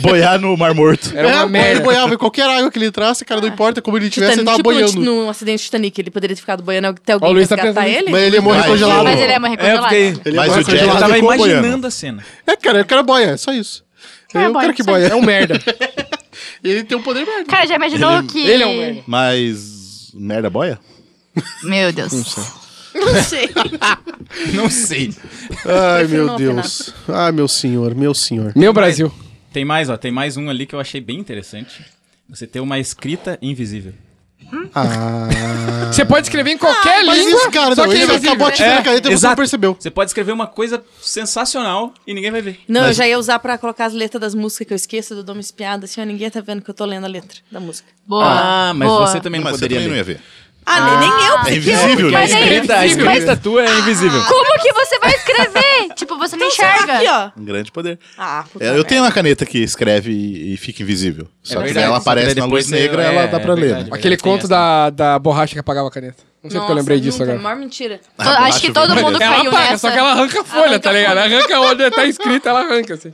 B: Boiar no Mar Morto.
D: Era uma
C: é,
D: merda.
C: Ele boiava em qualquer água que ele entrasse, cara, não importa como ele tivesse, ele
F: Titanic,
C: tava
F: tipo no,
C: boiando.
F: num acidente de Titanic, ele poderia ter ficado boiando até
D: Ó, o
F: alguém
D: Luiz tá
F: resgatar
D: pensando-
F: ele.
C: Mas ele ia morrer
B: Mas-
C: congelado.
G: Mas ele é uma
E: É, eu
G: recongelada.
E: fiquei.
C: Ele
B: Mas o
C: morre
B: Jack
E: Eu
C: congelado.
E: tava
B: ficou boiando.
E: imaginando a cena.
C: É, cara, o cara boia, é só isso. Ele
G: Cara,
C: é um
G: boia,
C: cara que
G: só
C: boia.
D: É um merda.
C: Ele tem um poder merda.
G: Cara, já imaginou que.
D: ele é um merda.
B: Mas. Merda boia?
G: Meu Deus.
F: Não sei.
E: Não sei.
C: Ai,
F: Prefiro
C: meu
F: não opinar.
C: Deus. Ah, meu senhor, meu senhor.
D: Meu Brasil.
E: Tem mais, ó. Tem mais um ali que eu achei bem interessante. Você ter uma escrita invisível.
C: Ah.
D: Você pode escrever em qualquer
C: Mas
D: língua,
C: isso, cara,
D: só
C: não,
D: que é
C: ele
D: invisível.
C: acabou atirando a caneta e então você não percebeu.
E: Você pode escrever uma coisa sensacional e ninguém vai ver.
F: Não, eu já ia usar pra colocar as letras das músicas que eu esqueço do Dom Espiada, assim, ó, ninguém tá vendo que eu tô lendo a letra da música.
G: Boa.
E: Ah, mas
G: boa.
E: você também não
B: Mas você
E: poderia
B: também não
E: ler.
B: ia ver.
F: Ah, nem- nem eu,
B: É
F: porque
B: invisível,
F: eu...
B: né?
G: Mas aí,
D: escrita- a escrita
E: tua é invisível.
G: como que você vai escrever? tipo, você não
F: Então, sei lá,
G: enxerga.
F: Aqui, ó.
B: Um grande poder.
F: Ah, puta
B: É, eu
F: merda.
B: tenho uma caneta que escreve e, e fica invisível. Só que
E: É verdade,
B: daí ela
E: só que daí
B: aparece na luz
E: depois você-
B: negra,
E: é,
B: ela dá pra
E: é
B: ler.
E: verdade.
B: né?
D: É Aquele
E: Tem
D: conto
E: essa.
D: da, da borracha que apagava a caneta. Não sei porque eu lembrei disso
F: nunca,
D: agora.
F: maior mentira.
G: To- Acho que todo
B: Abaixo,
G: mundo
D: Ela
G: caiu
D: apaga,
G: nessa.
D: só que ela arranca a folha,
F: Arranca
D: tá
F: a
D: ligado? Ela arranca onde tá escrito, ela arranca, assim.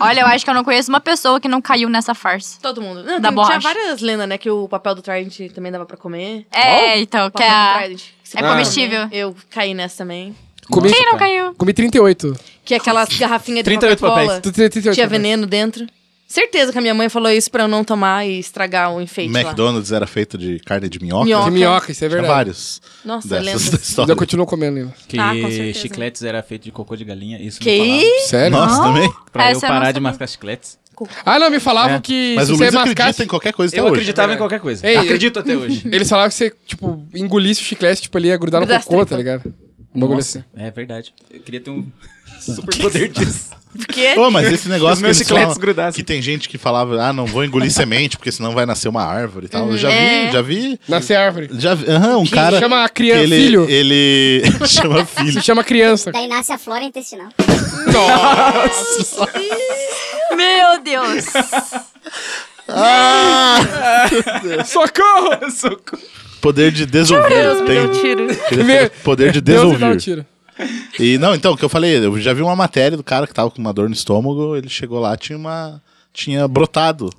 G: Olha, eu acho que eu não conheço uma pessoa que não caiu nessa farsa.
F: Todo mundo. Não, tem,
G: Da
F: tinha
G: borracha.
F: várias lendas, né? Que o papel do Trident também dava pra comer.
G: É, então,
F: O
G: que
F: papel do
G: a...
F: Trident. que você
G: é
F: come.
G: comestível.
F: Eu caí nessa também.
D: Comi,
G: Quem não caiu?
D: comi 38.
F: Que é aquelas garrafinhas de
E: 38
F: Coca-Cola.
D: Tu- 38
F: Tinha
D: também.
F: veneno dentro. Certeza que a minha mãe falou isso pra eu não tomar e estragar o enfeite lá.
B: McDonald's era feito de carne de minhoca.
F: Minhoca.
D: De minhoca, isso é
B: Tinha
D: verdade. é
B: vários
F: Nossa,
B: dessas
F: lembra.
B: da
D: Mas eu
B: história.
D: continuo comendo ainda.
E: Que
F: Ah, com certeza.
E: chicletes era feito de cocô de galinha. Isso me falavam.
F: Que?
D: Sério?
B: Nossa, também?
E: Pra
G: Essa
E: eu
G: eu não
E: parar de
G: sabia.
E: mascar chicletes.
D: Ah, não, me falavam
E: É.
D: que
B: Mas
D: se
B: o
D: você
B: Luiz acredita
D: mascasse...
B: em qualquer coisa
E: Eu
B: até hoje.
E: acreditava em qualquer coisa.
D: Ei,
E: Acredito até hoje.
D: Eles falavam que você, tipo, engolisse o chiclete, tipo, ali ia grudar no
F: Grudasse
D: cocô,
F: tudo.
D: tá ligado? Um bagulho assim.
E: É verdade. Eu queria ter um super poder disso.
F: Porque
B: Ô, mas esse negócio
E: Os
B: que,
E: meus
B: eles
E: chicletes
B: falam-
E: grudassem.
B: que tem gente que falava, ah, não vou engolir semente, porque senão vai nascer uma árvore e tal. Eu já vi,
G: É.
B: já vi.
D: Nascer árvore.
B: Já vi. Aham, um cara.
D: chama a criança-
B: ele,
D: filho?
B: Ele chama filho.
D: Se chama criança.
J: Daí nasce a flora intestinal.
F: Oh!
G: Meu Deus.
D: Socorro!
B: Poder de desouvir. Tem-
F: eu tiro.
B: queria saber Poder de
D: Deus me dá um
B: desouvir.
D: tiro.
B: E não, então, o que eu falei, eu já vi uma matéria do cara que tava com uma dor no estômago, ele chegou lá, tinha uma. Tinha brotado.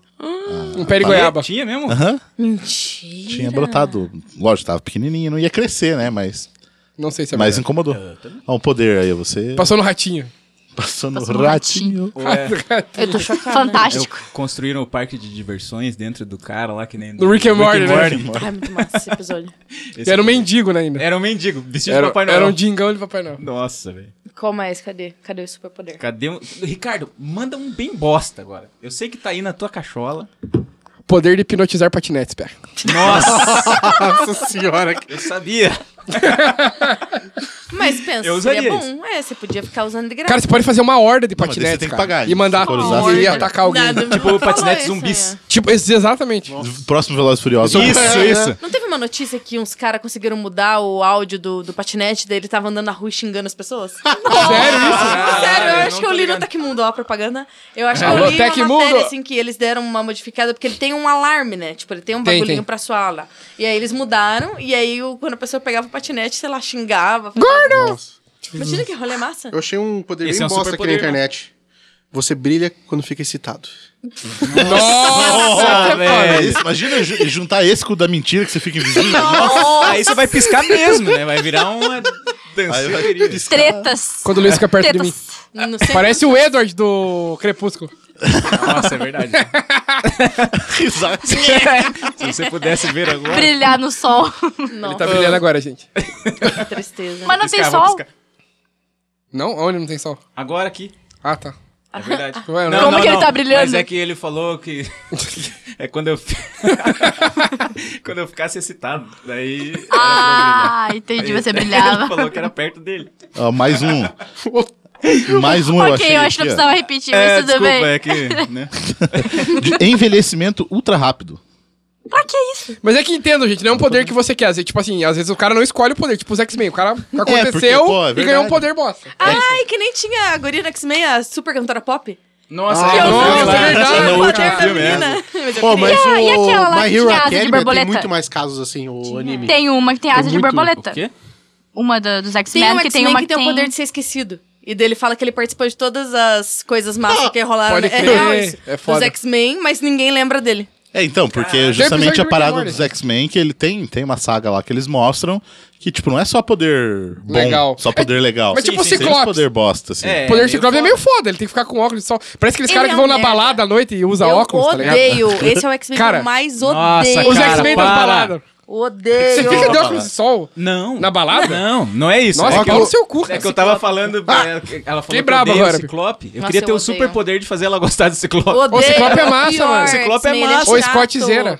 D: Um pé de goiaba.
E: Tinha mesmo?
B: Aham,
F: Mentira.
B: tinha brotado. Lógico, tava pequenininho, não ia crescer, né? Mas,
D: Não sei se é
B: mas
D: verdade.
B: incomodou. Ó, um poder aí, você.
D: Passou no ratinho.
B: Passou no
G: Passou no
B: um ratinho.
F: Eu tô chocada.
E: Eu
G: Fantástico.
E: construíram o parque de diversões dentro do cara lá, que nem...
D: Do Rick and Morty, né?
F: Ai, muito massa esse episódio.
E: Esse
D: Era um
E: foi-
D: mendigo, né, ainda.
E: Era um mendigo, vestido
D: Era,
E: de Papai Noel.
D: era um dingão de Papai Noel.
E: Nossa, velho.
F: Qual mais? Cadê? Cadê o superpoder?
E: Cadê um... Ricardo, manda um bem bosta agora. Eu sei que tá aí na tua cachola.
D: Poder de hipnotizar patinetes, pé.
E: Nossa,
C: Nossa senhora.
E: eu sabia.
F: Mas pensa,
E: Eu
F: seria
E: usaria
F: bom. É, você podia ficar usando de graça.
D: Cara, você pode fazer uma horda de
B: mas daí
D: patinetes,
B: você tem que
D: cara,
B: pagar,
D: E
B: hein?
D: mandar
B: Se for usar,
D: e
B: você-
D: atacar alguém. né?
E: Tipo, patinetes
F: patinete
E: zumbis.
D: Tipo, esses- exatamente.
B: Próximo Velozes e Furiosos. É,
E: Isso, isso.
F: Não teve uma notícia que uns caras conseguiram mudar o áudio do, do patinete dele tava andando na rua e xingando as pessoas?
D: Sério isso?
F: Sério, eu
E: eu
F: acho
E: não
F: que eu
E: tô
F: li no
E: ligado.
F: Tecmundo, ó, a propaganda. Eu acho que
D: Alô,
F: eu li uma
D: Tecmundo!
F: matéria, assim, que eles deram uma modificada, porque ele tem um alarme, né? Tipo, ele tem um
D: Tem,
F: bagulhinho
D: tem.
F: pra sua ala. E aí eles mudaram, e aí o- quando a pessoa pegava o patinete, sei lá, xingava. Gordo! Imagina que rolê massa.
C: Eu achei um poder
E: Esse
C: bem
E: é um
C: bosta aqui na
E: superpoder, não.
C: internet. Você brilha quando fica excitado.
E: Ah,
D: Nossa,
G: né?
B: É
D: velho.
B: isso, Imagina ju- juntar esse com o da mentira que você fica invisível.
E: Aí você vai piscar mesmo, né? Vai virar uma
B: Aí
E: dança.
B: vai-
F: Ah.
G: Tretas.
D: Quando o Luiz fica perto de mim.
G: Tretas.
F: Não sei.
D: Parece o Edward do Crepúsculo.
E: Nossa, é verdade.
B: Risada.
E: Se você pudesse ver agora.
G: Brilhar no sol.
F: Não,
B: Ah.
D: Tá brilhando agora, gente.
F: que
D: É.
F: tristeza.
G: Mas não tem
E: Piscar, Ah, vou
G: sol.
E: piscar.
D: Não? Onde não tem sol?
E: Agora aqui.
D: Ah, tá.
E: É verdade.
D: Ué,
E: Não,
G: Como
E: não,
G: que ele
E: não.
G: tá brilhando?
E: Mas é que ele falou que. é quando eu. fi- quando eu ficasse excitado. Daí. era pra
G: Ah, entendi,
E: brilhar.
G: você
E: Ele
G: brilhava.
E: falou que era perto dele.
B: Ó, mais um. Mais um eu achei
G: ok, eu acho que não
B: aqui, ó.
G: precisava repetir, mas
E: É,
G: tudo
E: desculpa,
G: bem.
E: é que. Né?
B: De envelhecimento ultra rápido.
D: Mas é que entendo, gente. Não é um poder que você quer. Assim, Tipo assim, às vezes o cara não escolhe o poder. Tipo os X-Men. O cara aconteceu
B: porque, pô, é
D: e ganhou um
B: verdade.
D: poder bosta.
F: Ai, que nem tinha a Gorina X-Men, a super cantora pop.
E: Nossa,
F: Que eu
D: nossa,
F: não
D: é
F: sabia
D: verdade.
F: o
E: No
F: poder
E: último
F: da
E: filme, é.
F: menina. Mas eu
C: Pô,
F: queria.
C: mas
G: E a-
C: o
G: e aquela lá
C: My
G: que
C: Hero
G: tinha asa de
C: Academia tem
G: borboleta?
C: muito mais casos assim, o anime.
G: Tem uma que tem asa de borboleta.
E: O quê?
G: Uma do- dos
F: Tem
G: X-Men
F: um
G: que tem
F: X-Men
G: uma
F: que tem o poder de ser esquecido. E dele fala que ele participou de todas as coisas massas que rolaram.
D: Ah, pode
F: É
D: crer.
F: real isso.
D: É foda.
F: Dos X-Men, mas ninguém lembra dele.
B: É, então, porque
D: episódio
B: justamente
D: de
B: a
D: Rick and
B: parada
D: Morty.
B: dos X-Men, que ele tem, tem uma saga lá que eles mostram que, tipo, não é só poder bom,
D: Legal.
B: só poder legal.
D: mas tipo o
B: tem uns
D: Ciclope.
B: poder bosta, assim.
D: O poder
E: meio
D: do Ciclope é meio foda, ele tem que ficar com óculos de sol. Parece aqueles
F: Ele
D: caras que
F: é
D: vão
F: um
D: na
F: merda.
D: balada à noite e usa
F: eu
D: óculos, tá ligado?
F: odeio. Esse é o X-Men que
D: Cara,
F: eu mais
E: nossa,
F: odeio.
D: Os
E: Cara,
D: X-Men tá- das
E: para.
D: baladas. Você
F: Odeio.
D: fica de óculos de sol.
E: Não.
D: Na balada?
E: Não, não é isso.
D: Nossa,
E: é que
D: pau
E: eu-
D: no seu cu, cara.
E: É que eu tava falando. é, que Ela falou que
D: brabo
E: eu odeio
D: agora,
E: o Ciclope. Eu
F: Nossa,
E: queria ter
F: eu
E: o
F: odeio.
E: super poder de fazer ela gostar do Ciclope.
F: Odeio.
D: Ô, Ciclope é massa,
F: Pior,
D: mano.
E: Ciclope é
F: X-Men, ele
E: massa.
D: Ô,
F: chato,
D: Scott Zera.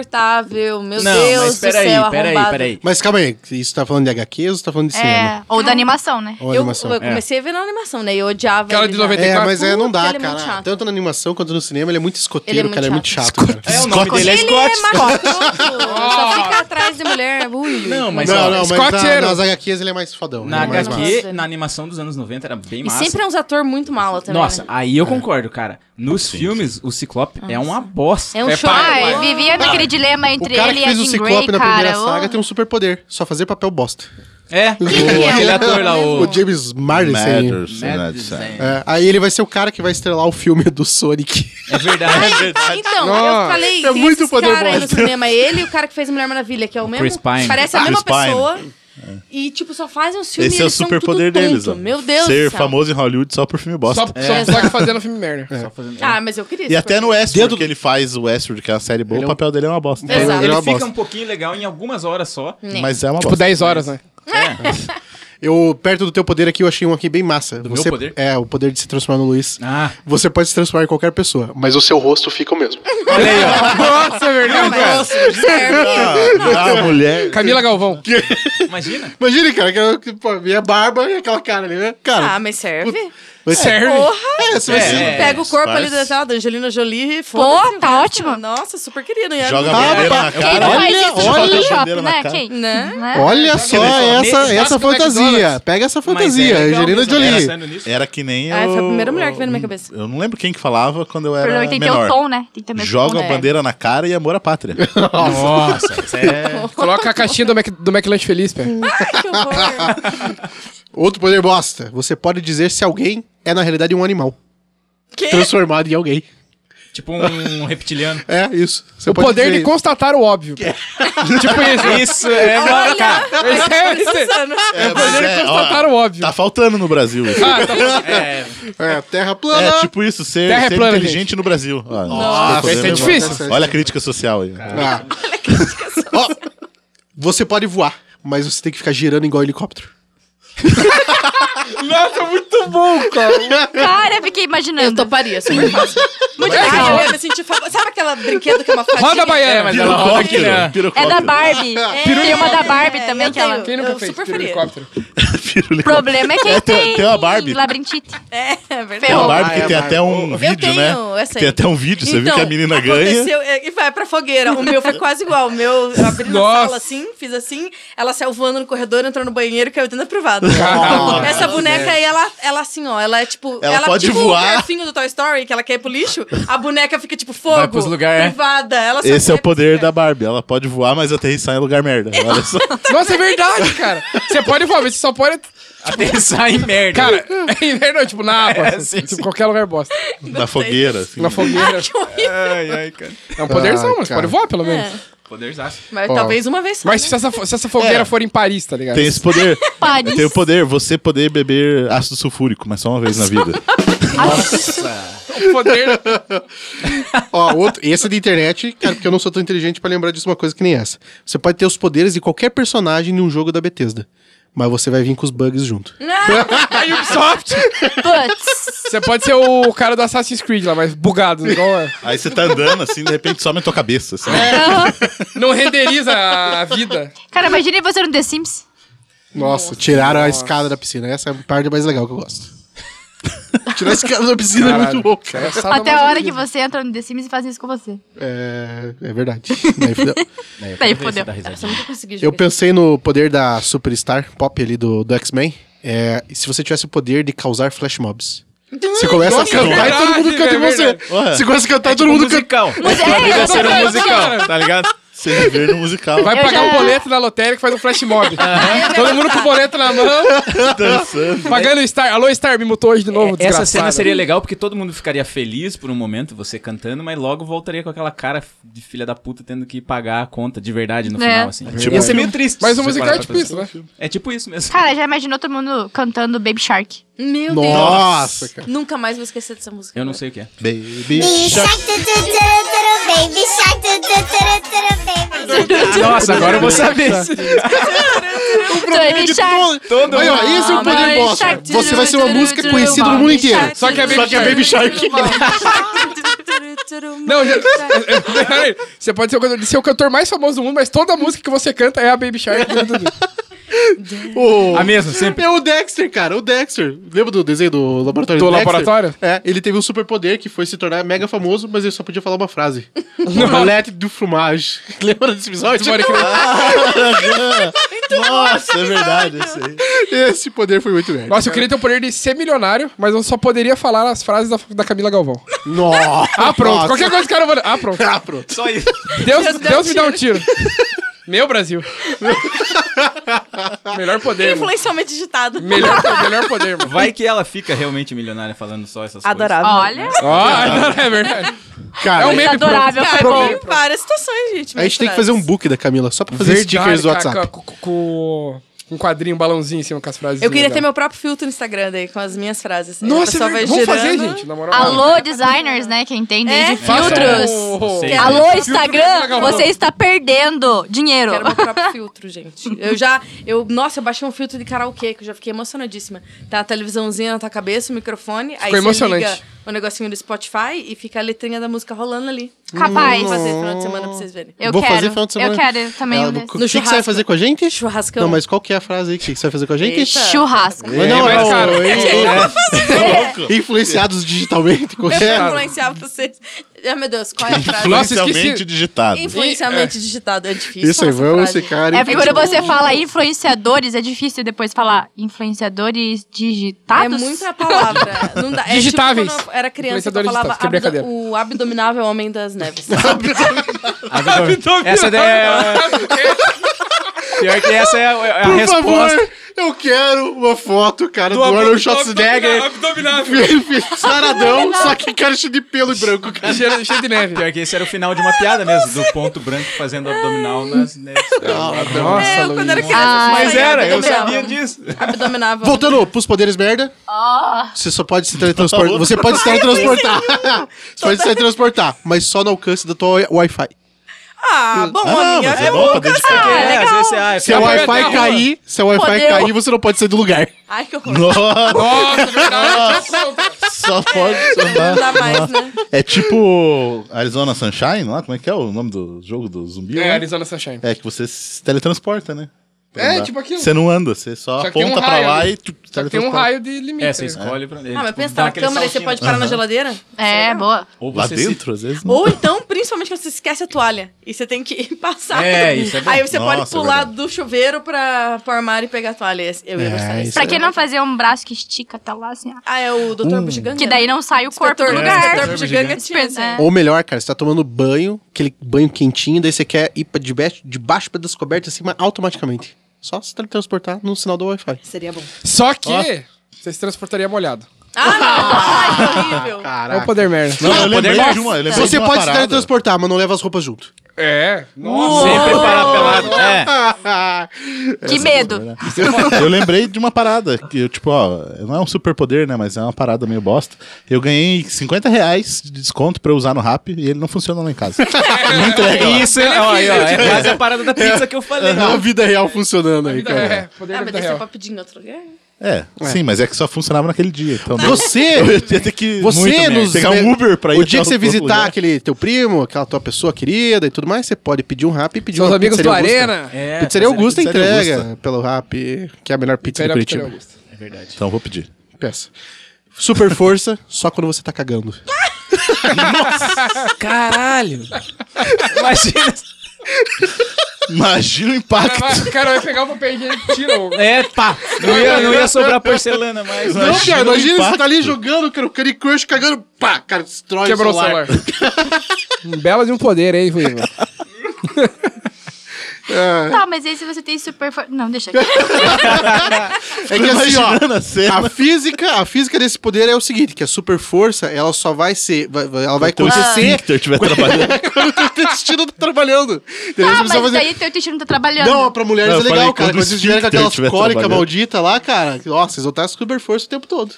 F: Insuportável. Meu
E: não,
F: Deus
E: mas
F: do céu,
E: peraí, peraí,
F: arrombado.
E: peraí.
C: Mas calma aí, isso tá falando de HQ ou você tá falando de cinema?
G: É, ou da animação, né?
C: Ou
F: Eu,
C: animação?
F: eu comecei a ver na animação, né? E eu odiava
D: é. Aquela
F: ele
D: de
F: já.
D: 90.
C: É, mas é, não
F: Puta,
C: dá,
F: ele é muito
C: cara.
F: chato.
C: Tanto na animação quanto no cinema, ele é muito escoteiro,
F: Ele é
C: cara. Ele
F: muito
C: é muito chato, cara.
E: É, o nome dele é
F: Ele é
E: Scott.
F: machoso. Só fica atrás de mulher. Ui.
E: Não, mas
C: não,
E: ó,
C: não, mas na,
D: escoteiro.
C: nas HQs ele é mais fodão. ele
E: na
C: é mais massa.
E: HQ,
F: massa.
E: na animação dos anos 90 era bem
F: E
E: massa.
F: sempre é uns ator muito mala também.
E: Nossa,
F: né?
E: aí eu concordo, cara. Nos filmes, o Ciclope é uma bosta.
F: É um show.
G: Ai, vivia naquele dilema
C: O
G: entre
C: cara
G: ele
C: que
G: e a
C: fez o
G: Jean
C: Ciclope
G: Grey,
C: na primeira
G: cara. ô.
C: saga tem um superpoder. Só fazer papel bosta.
E: É,
G: que é?
E: o, aquele ator lá, o...
C: O James Marsden.
B: Matters, né, de-
C: É, aí ele vai ser o cara que vai estrelar o filme do Sonic.
E: É verdade.
F: Então, eu
D: Nossa.
F: falei,
C: É
F: tem
C: muito
F: esses
C: poder
F: cara aí no
C: bosta.
F: cinema. Ele e o cara que fez a Mulher Maravilha, que é o, mesmo.
E: Chris Pine.
F: Parece a
B: Chris
F: mesma
B: Pine.
F: pessoa. E, tipo, só fazem os filmes
B: Esse é o
F: eles são
B: super
F: tudo
B: poder
F: tonto.
B: deles, ó.
F: Meu Deus
B: Ser
F: do céu.
B: famoso em Hollywood só por filme bosta.
D: Só,
E: É.
D: só, só que fazendo filme merda. Tipo,
F: Ah, mas eu queria.
B: E
F: esse
B: até
F: poder.
B: no Westworld, que ele faz o Westworld, que é uma série boa,
D: um
B: o papel dele é uma bosta.
F: Exato.
C: Ele é uma
E: Ele fica
C: bosta.
E: um pouquinho legal em algumas horas só.
F: É.
B: Mas é uma
D: Tipo,
B: bosta.
D: 10 horas, né?
C: Eu, perto do teu poder aqui, eu achei um aqui bem massa. Do
E: meu poder?
C: É, o poder de se transformar no Luiz.
E: Ah.
C: Você pode se transformar em qualquer pessoa, mas o seu rosto fica o mesmo.
D: Nossa, é verdade.
F: Nossa, serve.
B: Ah, mulher.
D: Camila Galvão.
E: Imagina.
C: Imagine, cara, que eu, que, pô, minha barba e aquela cara ali, né? Cara,
F: Ah, mas serve.
C: vai ser-
F: Porra.
C: É, você vai ser-
E: É.
F: Pega o corpo ali da,
B: disfarce.
F: da Angelina Jolie e
G: Pô,
F: foda-se. né?
G: tá ótimo.
F: Nossa, super querido. né?
B: Joga
C: Ah,
B: a bandeira na
C: papai,
G: Quem
B: cara.
G: não faz isso
B: olha,
G: joga no
B: bandeira
G: shopping,
B: na
G: né?
B: cara.
G: Quem?
F: Né?
C: Olha só essa,
E: nesse
C: essa
E: caso do
C: fantasia.
E: McDonald's.
C: Pega essa
E: Mas é
C: fantasia,
E: legal
C: Angelina
E: mesmo, era
C: Jolie.
E: saindo nisso.
B: Era que nem
F: Ah,
B: eu...
F: foi a primeira mulher que veio na minha cabeça.
B: Eu não lembro quem que falava quando eu
G: O
B: era
G: problema é que tem que ter
B: menor.
G: o tom, né? Tem que ter o mesmo
B: Joga
G: tom,
F: é.
B: a
G: né?
B: bandeira na cara e amor à pátria.
D: É,
E: Nossa, isso é...
D: Coloca a caixinha do, Mac, do McLanche Feliz, pé.
E: Hum.
F: Ai, que horror.
C: Outro poder bosta. Você pode dizer se alguém é, na realidade, um animal.
F: Quê?
C: Transformado em alguém.
E: Tipo um reptiliano.
C: É, isso. Você
D: O
C: pode
D: poder
C: dizer
D: de
C: isso.
D: constatar o óbvio.
E: é
D: tipo isso.
E: Isso é...
F: Olha,
E: cara,
D: Esse é, esse é.
F: Precisando.
B: É, mas
D: Poder de
B: é, ó,
D: constatar o óbvio.
B: Tá faltando no Brasil isso.
D: Ah, tá-
C: É, terra plana.
B: É tipo isso, ser,
D: Terra é
B: ser
D: plana,
B: inteligente no Brasil. Ah, Ó, super
D: isso é
B: poder.
D: difícil.
B: Olha a crítica social aí.
C: Ah. Ó, você pode voar, mas você tem que ficar girando igual helicóptero.
G: Cara, eu fiquei
F: Eu
G: imaginando.
F: toparia, super fácil. Muito legal. Eu senti fa- Sabe aquela brinquedo que é uma fadinha?
D: Roda a baiana, mas ela roda aqui, né?
B: Pirocóptero. Pirocóptero.
G: É da Barbie. Tem uma da Barbie
F: É,
G: também
F: eu
G: que ela...
F: tenho.
D: Quem nunca
F: Eu
D: fez
F: super
D: tiro
F: faria.
D: helicóptero?
G: O problema é quem
B: É, tem-
G: tem...
B: tem uma Barbie.
G: Labirintite.
F: É
B: É
F: verdade.
B: uma
G: Ferrou.
B: Barbie que tem até um vídeo,
F: tenho
B: né?
F: essa aí.
B: Tem até um vídeo, você viu
G: Então,
B: que a menina ganha.
F: Então, aconteceu, é, E vai pra fogueira. O meu foi quase igual. O meu, eu abri na
D: Nossa.
F: sala assim, fiz assim, ela saiu voando no corredor, entrou no banheiro e caiu dentro da privada.
D: Caraca.
F: Essa boneca aí, ela, ela assim, ó, ela é tipo.
B: Ela pode
F: tipo
B: voar.
F: o garfinho do Toy Story, que ela quer ir pro lixo, a boneca fica tipo fogo.
I: Vai pros lugar, é.
F: privada. Ela só
B: Esse é o
F: quer pros
B: poder
F: lugar.
G: né?
B: da Barbie. Ela pode voar, mas aterrissar em lugar merda. Olha só.
D: Nossa, é verdade, cara. Você pode voar, mas você só pode.
E: Aterrissar em merda.
D: Cara, é inverno, tipo, na água.
E: É,
D: assim,
E: sim,
D: tipo,
E: sim.
D: qualquer lugar bosta.
B: Na fogueira. assim.
D: Na fogueira.
F: Que horrível.
E: ai, ai, cara.
D: É um poderzão, mas
C: cara.
D: pode voar, pelo menos.
F: É.
E: Poderzaço.
F: Mas talvez uma vez só.
D: Mas
F: né?
D: se essa, fo- se essa
E: É.
D: fogueira for em Paris, tá ligado?
B: Tem esse poder.
G: Pode.
B: Tem o poder, você poder beber ácido sulfúrico, mas só uma vez na vida.
D: O poder.
C: Ó, outro, esse é de internet, cara, porque eu não sou tão inteligente pra lembrar disso uma coisa que nem essa. Você pode ter os poderes de qualquer personagem num jogo da Bethesda, mas você vai vir com os bugs junto.
D: Aí Ubisoft.
G: Putz.
D: Você pode ser o cara do Assassin's Creed lá, mas bugado. Igual a-
B: Aí você tá andando assim, de repente some a tua cabeça. Assim.
D: Não renderiza a vida.
G: Cara, imagine você no The Sims.
C: Nossa, tiraram a escada da piscina. Essa é a parte mais legal que eu gosto. Tirar a escada da piscina é muito bom, cara.
G: Até a hora que você entra no The Sims e faz isso com você.
C: É, é verdade. Daí fudeu.
G: Daí fodeu.
F: Nossa, eu nunca consegui
C: Eu
F: jogar.
C: pensei no poder da Superstar Pop ali do, do X-Men. É, se você tivesse o poder de causar flash mobs. Você começa
D: Nossa,
C: a cantar e
D: verdade,
C: todo mundo canta
D: velho,
C: em você.
D: verdade.
C: tipo você começa a cantar e todo Tá mundo canta.
E: É tipo musical.
G: Mas é,
E: Vai
G: eu
E: ser um
D: Cara,
E: musical, tá ligado?
B: Se é viver no musical.
D: Vai
G: Eu
D: pagar
G: já-
D: um boleto na lotérica e faz um flash mob. Todo mundo com o boleto na mão,
B: dançando.
D: pagando o Star. Alô, Star, me mutou hoje de novo,
I: Essa
D: desgraçado.
I: cena
E: É, Seria
I: seria
E: legal porque todo mundo ficaria feliz por um momento, você cantando, mas logo voltaria com aquela cara de filha da puta tendo que pagar a conta de verdade no
G: É.
E: final, assim.
B: Tipo
E: Ia
B: um
E: ser meio triste.
D: Mas o
E: se você
D: musical
E: parar
D: é
E: pra
D: tipo isso,
E: pensar.
D: né?
E: É tipo isso mesmo.
G: Cara, já imaginou todo mundo cantando Baby Shark?
F: Meu
C: Nossa,
F: Deus. Nunca mais vou esquecer dessa música.
E: Eu não sei o que
G: Tipo
E: é.
B: Baby
J: Shark, do, do, do, do, do, baby shark, do, do, do, do, do, do, baby
I: Nossa, agora eu vou saber.
G: Baby Shark!
C: Todo Aí, ó, esse é o poder
G: Baby
C: bosta.
G: Shark,
C: Você vai ser uma
G: turu,
C: música
G: turu,
C: conhecida no
G: Baby
C: mundo inteiro.
G: Shark,
D: Só que é
G: turu,
D: Baby
G: turu,
C: Shark.
G: turu,
D: Não, já... Peraí, você pode ser o, cantor, ser o cantor mais famoso do mundo, mas toda música que você canta é a Baby Shark.
C: O-
I: A mesma, sempre.
C: É o Dexter, cara. O Dexter. Lembra do desenho do laboratório
D: Do
C: Dexter?
D: laboratório?
C: É, ele teve um superpoder que foi se tornar mega famoso, mas ele só podia falar uma frase. Omelete do fromage. Lembra desse episódio?
B: Nossa, é verdade. Isso aí.
C: Esse poder foi muito merda.
D: Nossa, eu queria ter o poder de ser milionário, mas eu só poderia falar as frases da, da Camila Galvão.
C: Nossa.
D: Ah, pronto. Qualquer coisa que o cara manda. Ah, pronto.
C: Ah, pronto.
E: Só isso.
D: Deus, Deus, me dá um tiro. Meu Brasil. melhor poder, mano.
F: Influencialmente digitado.
D: Melhor, melhor poder, mano.
E: Vai que ela fica realmente milionária falando só essas
F: Adorável.
G: Olha,
D: Ó, é verdade.
C: Cara,
D: É um meme
G: adorável.
F: Cara,
G: foi bom.
F: tem várias situações, gente.
C: a gente tem que fazer um book da Camila só pra fazer
D: Verdade,
C: stickers do
D: cara,
C: WhatsApp.
D: Com, com- com- com um quadrinho, um balãozinho em cima com as frases.
F: Eu queria ter
D: dela.
F: meu próprio filtro no Instagram daí, com as minhas frases. Aí
D: Nossa,
F: o pessoal
D: é
F: vai
D: verdade. vamos fazer,
F: girando.
D: gente. Na moral.
G: Alô, designers, né? Que entendem
F: É.
G: de
D: Faça
G: filtros.
D: um-
E: Sei.
G: Alô,
D: Filtro da
G: Instagram,
D: Galvão.
G: você está perdendo dinheiro.
F: Quero meu próprio filtro, gente. Eu já. Eu, nossa, eu baixei um filtro de karaokê, que eu já fiquei emocionadíssima. Tá a televisãozinha na tua cabeça, o microfone. aí
D: Ficou emocionante.
F: você liga o negocinho do Spotify e fica a letrinha da música rolando ali.
G: Capaz.
F: Vou fazer final de semana pra vocês verem.
G: Eu
C: Vou
G: quero.
C: fazer final de semana.
G: Eu quero também
C: Ah,
G: um
C: do-
G: desse.
C: o que, que você vai
F: Churrasco.
C: fazer com a gente?
F: Churrascão.
C: Não, mas qual que é a frase aí? O que, que você vai fazer com a gente?
F: Eita.
G: Churrasco.
C: Não, não,
D: É, mas, cara,
C: eu-
G: é.
B: Tá louco?
C: Influenciados digitalmente,
F: Eu vou
C: correto?
F: é influenciar vocês. Ai, meu Deus, qual é a frase?
D: Nossa, esqueci.
B: Influencialmente digitado.
F: Influencialmente digitado, é difícil.
C: Isso aí,
F: falar essa
C: vamos
F: frase.
C: ficar
G: É
C: em-
G: porque
F: É
G: quando
F: tipo
G: você
F: um-
G: fala influenciadores, é difícil depois falar influenciadores
F: É
G: digitados.
F: muita palavra. Não dá. É
D: Digitáveis.
F: Tipo quando eu era criança, que eu
D: Influenciadores
F: falava
D: digitáveis. Quebrei a
F: abdo-
D: cadeira.
F: o abdominável homem das neves.
I: Essa daí é. Pior que essa é a, é a
C: Por
I: resposta.
C: favor, eu quero uma foto, cara, do, Arnold Schwarzenegger saradão, só que cara cheio de pelo e branco, cara.
D: Cheiro, cheiro de neve.
E: Pior que esse era o final de uma piada mesmo, do ponto branco fazendo abdominal nas... nas-
D: Nossa,
F: É, eu quando era criança.
G: Ah,
F: só
G: mas
F: saía
E: Era, eu
F: abdominal.
E: sabia disso.
F: Abdominável.
C: Voltando pros poderes merda.
G: Ah.
C: Você só pode se teletransportar. Você pode se teletransportar. Você pode se teletransportar, mas só no alcance da tua Wi-Fi.
F: Ah, bom,
B: Ah,
F: amiga,
B: mas é
F: eu-
B: bom pra dedicar.
E: É, às vezes você, ah, é
C: Se a
E: pra-
C: Wi-Fi cair, se a Wi-Fi
G: Fodeu.
C: cair, você não pode sair do lugar.
F: Ai, que horror.
B: Nossa,
D: verdade.
B: só pode
F: Não dá mais, né?
B: É tipo Arizona Sunshine lá, como é que é o nome do jogo do zumbi?
D: É,
B: lá?
D: Arizona Sunshine.
B: É que você se teletransporta, né? Pra
D: É,
B: andar.
D: tipo aquilo.
B: Você não anda, você só,
D: Só que tem um
B: aponta pra
D: raio,
B: lá
D: né?
B: e tu,
D: Só que tem um
B: teletransporta.
D: raio de limite.
E: É, você
D: né?
E: escolhe pra ele.
F: Ah, mas
E: tipo,
F: pensa,
E: dá
F: tá na
E: aquele
F: câmera, tipo, você
E: saltinho.
F: pode parar na geladeira?
G: É, boa.
E: Ou
B: Lá
E: você se-
B: dentro, às vezes. Não.
F: Ou então, principalmente quando você esquece a toalha e você tem que passar.
E: É, isso é bom.
F: Aí você pode
B: Nossa, é
F: pular
B: verdade.
F: do chuveiro pra, pro armário e pegar a toalha. Eu ia gostar disso.
C: É.
G: Pra que não fazer um braço que estica até lá, assim, ó.
F: Ah, é o Dr. Bugiganga?
G: Que daí não sai o corpo do
F: Inspetor- né?
G: lugar.
F: Inspetor Bugiganga tinha,
G: Espe-
F: assim.
G: é.
C: Ou melhor, cara, você tá tomando banho, aquele banho quentinho, daí você quer ir pra debaixo, debaixo pra descoberta acima automaticamente. Só se teletransportar no sinal do Wi-Fi.
F: Seria bom.
D: Só que você se transportaria molhado.
F: Ah, não! Ai, que horrível.
D: É o poder merda.
B: Não, eu lembrei
E: poder-
B: de uma. Eu lembrei de
C: Você
B: uma
C: pode se
B: parada.
C: teletransportar, mas não leva as roupas junto.
D: É.
E: Sempre parar pelado. É.
C: É,
G: Que medo.
C: né?
B: Eu lembrei de uma parada, que eu, tipo, ó, não é um superpoder, né? Mas é uma parada meio bosta. Eu ganhei 50 reais de desconto pra eu usar no rap e ele não funciona lá em casa. não entrega lá.
I: Isso, ó, aí, ó, é quase a parada da pizza que eu falei.
C: É a vida real funcionando aí, cara.
D: É, poder
F: Ah,
D: da
F: mas
D: vida
F: daí você
D: real.
F: pode pedir em outro lugar?
B: É, sim, mas é que só funcionava naquele dia. Então, não-
C: Você,
B: Eu ia ter que muito
C: você
B: merda.
C: nos
B: pegar um Uber pra ir
C: O dia
B: até
C: que você
B: outro
C: visitar
B: lugar.
C: aquele teu primo, aquela tua pessoa querida e tudo mais, você pode pedir um rap e pedir
D: São os
C: uma
D: amigos do
C: pizzaria Augusta.
D: Arena.
E: É,
C: Pizzaria Augusta
B: Pizzaria
C: entrega
B: Augusta.
C: pelo rap, que é a melhor pizza de
D: Pera,
C: Curitiba.
D: pera, Augusto.
B: Então vou pedir.
C: Peça. Super força, só quando você tá cagando.
I: Caralho. Imagina.
B: Imagina o
D: Cara,
B: impacto.
D: vai- Ah, cara, vai pegar o papel higiênico e tira o...
I: É, pá. Não ia, não ia sobrar porcelana mais.
C: Não,
B: Imagina
C: cara,
B: o
C: imagina você
B: impacto.
C: tá ali jogando, cara, o Candy Crush cagando, pá, cara, destrói
D: Quebrou
C: o celular.
D: Um belo de um poder, hein, Ruiva?
G: Tá, mas aí se você tem super força. Não, deixa aqui.
C: É que assim,
B: Imaginando a
C: ó,
B: cena.
C: a física, a física desse poder é o seguinte, que a super força, ela só vai ser, vai- vai- ela vai
B: Teu
D: assim
C: acontecer
B: esfíncter estiver trabalhando.
C: quando o teu intestino tá trabalhando. Entendeu? Você
G: Tá,
C: precisa
G: mas
C: fazer-
G: daí teu intestino tá trabalhando.
C: Não, pra mulheres
B: Não,
C: é
B: eu
C: legal,
B: falei,
C: cara.
B: quando
C: Quando
B: o
C: vocês vieram com
B: esfíncter
C: aquelas
B: estiver
C: cólicas
B: trabalhando.
C: malditas lá, cara, nossa, vocês vão estar super força o tempo todo.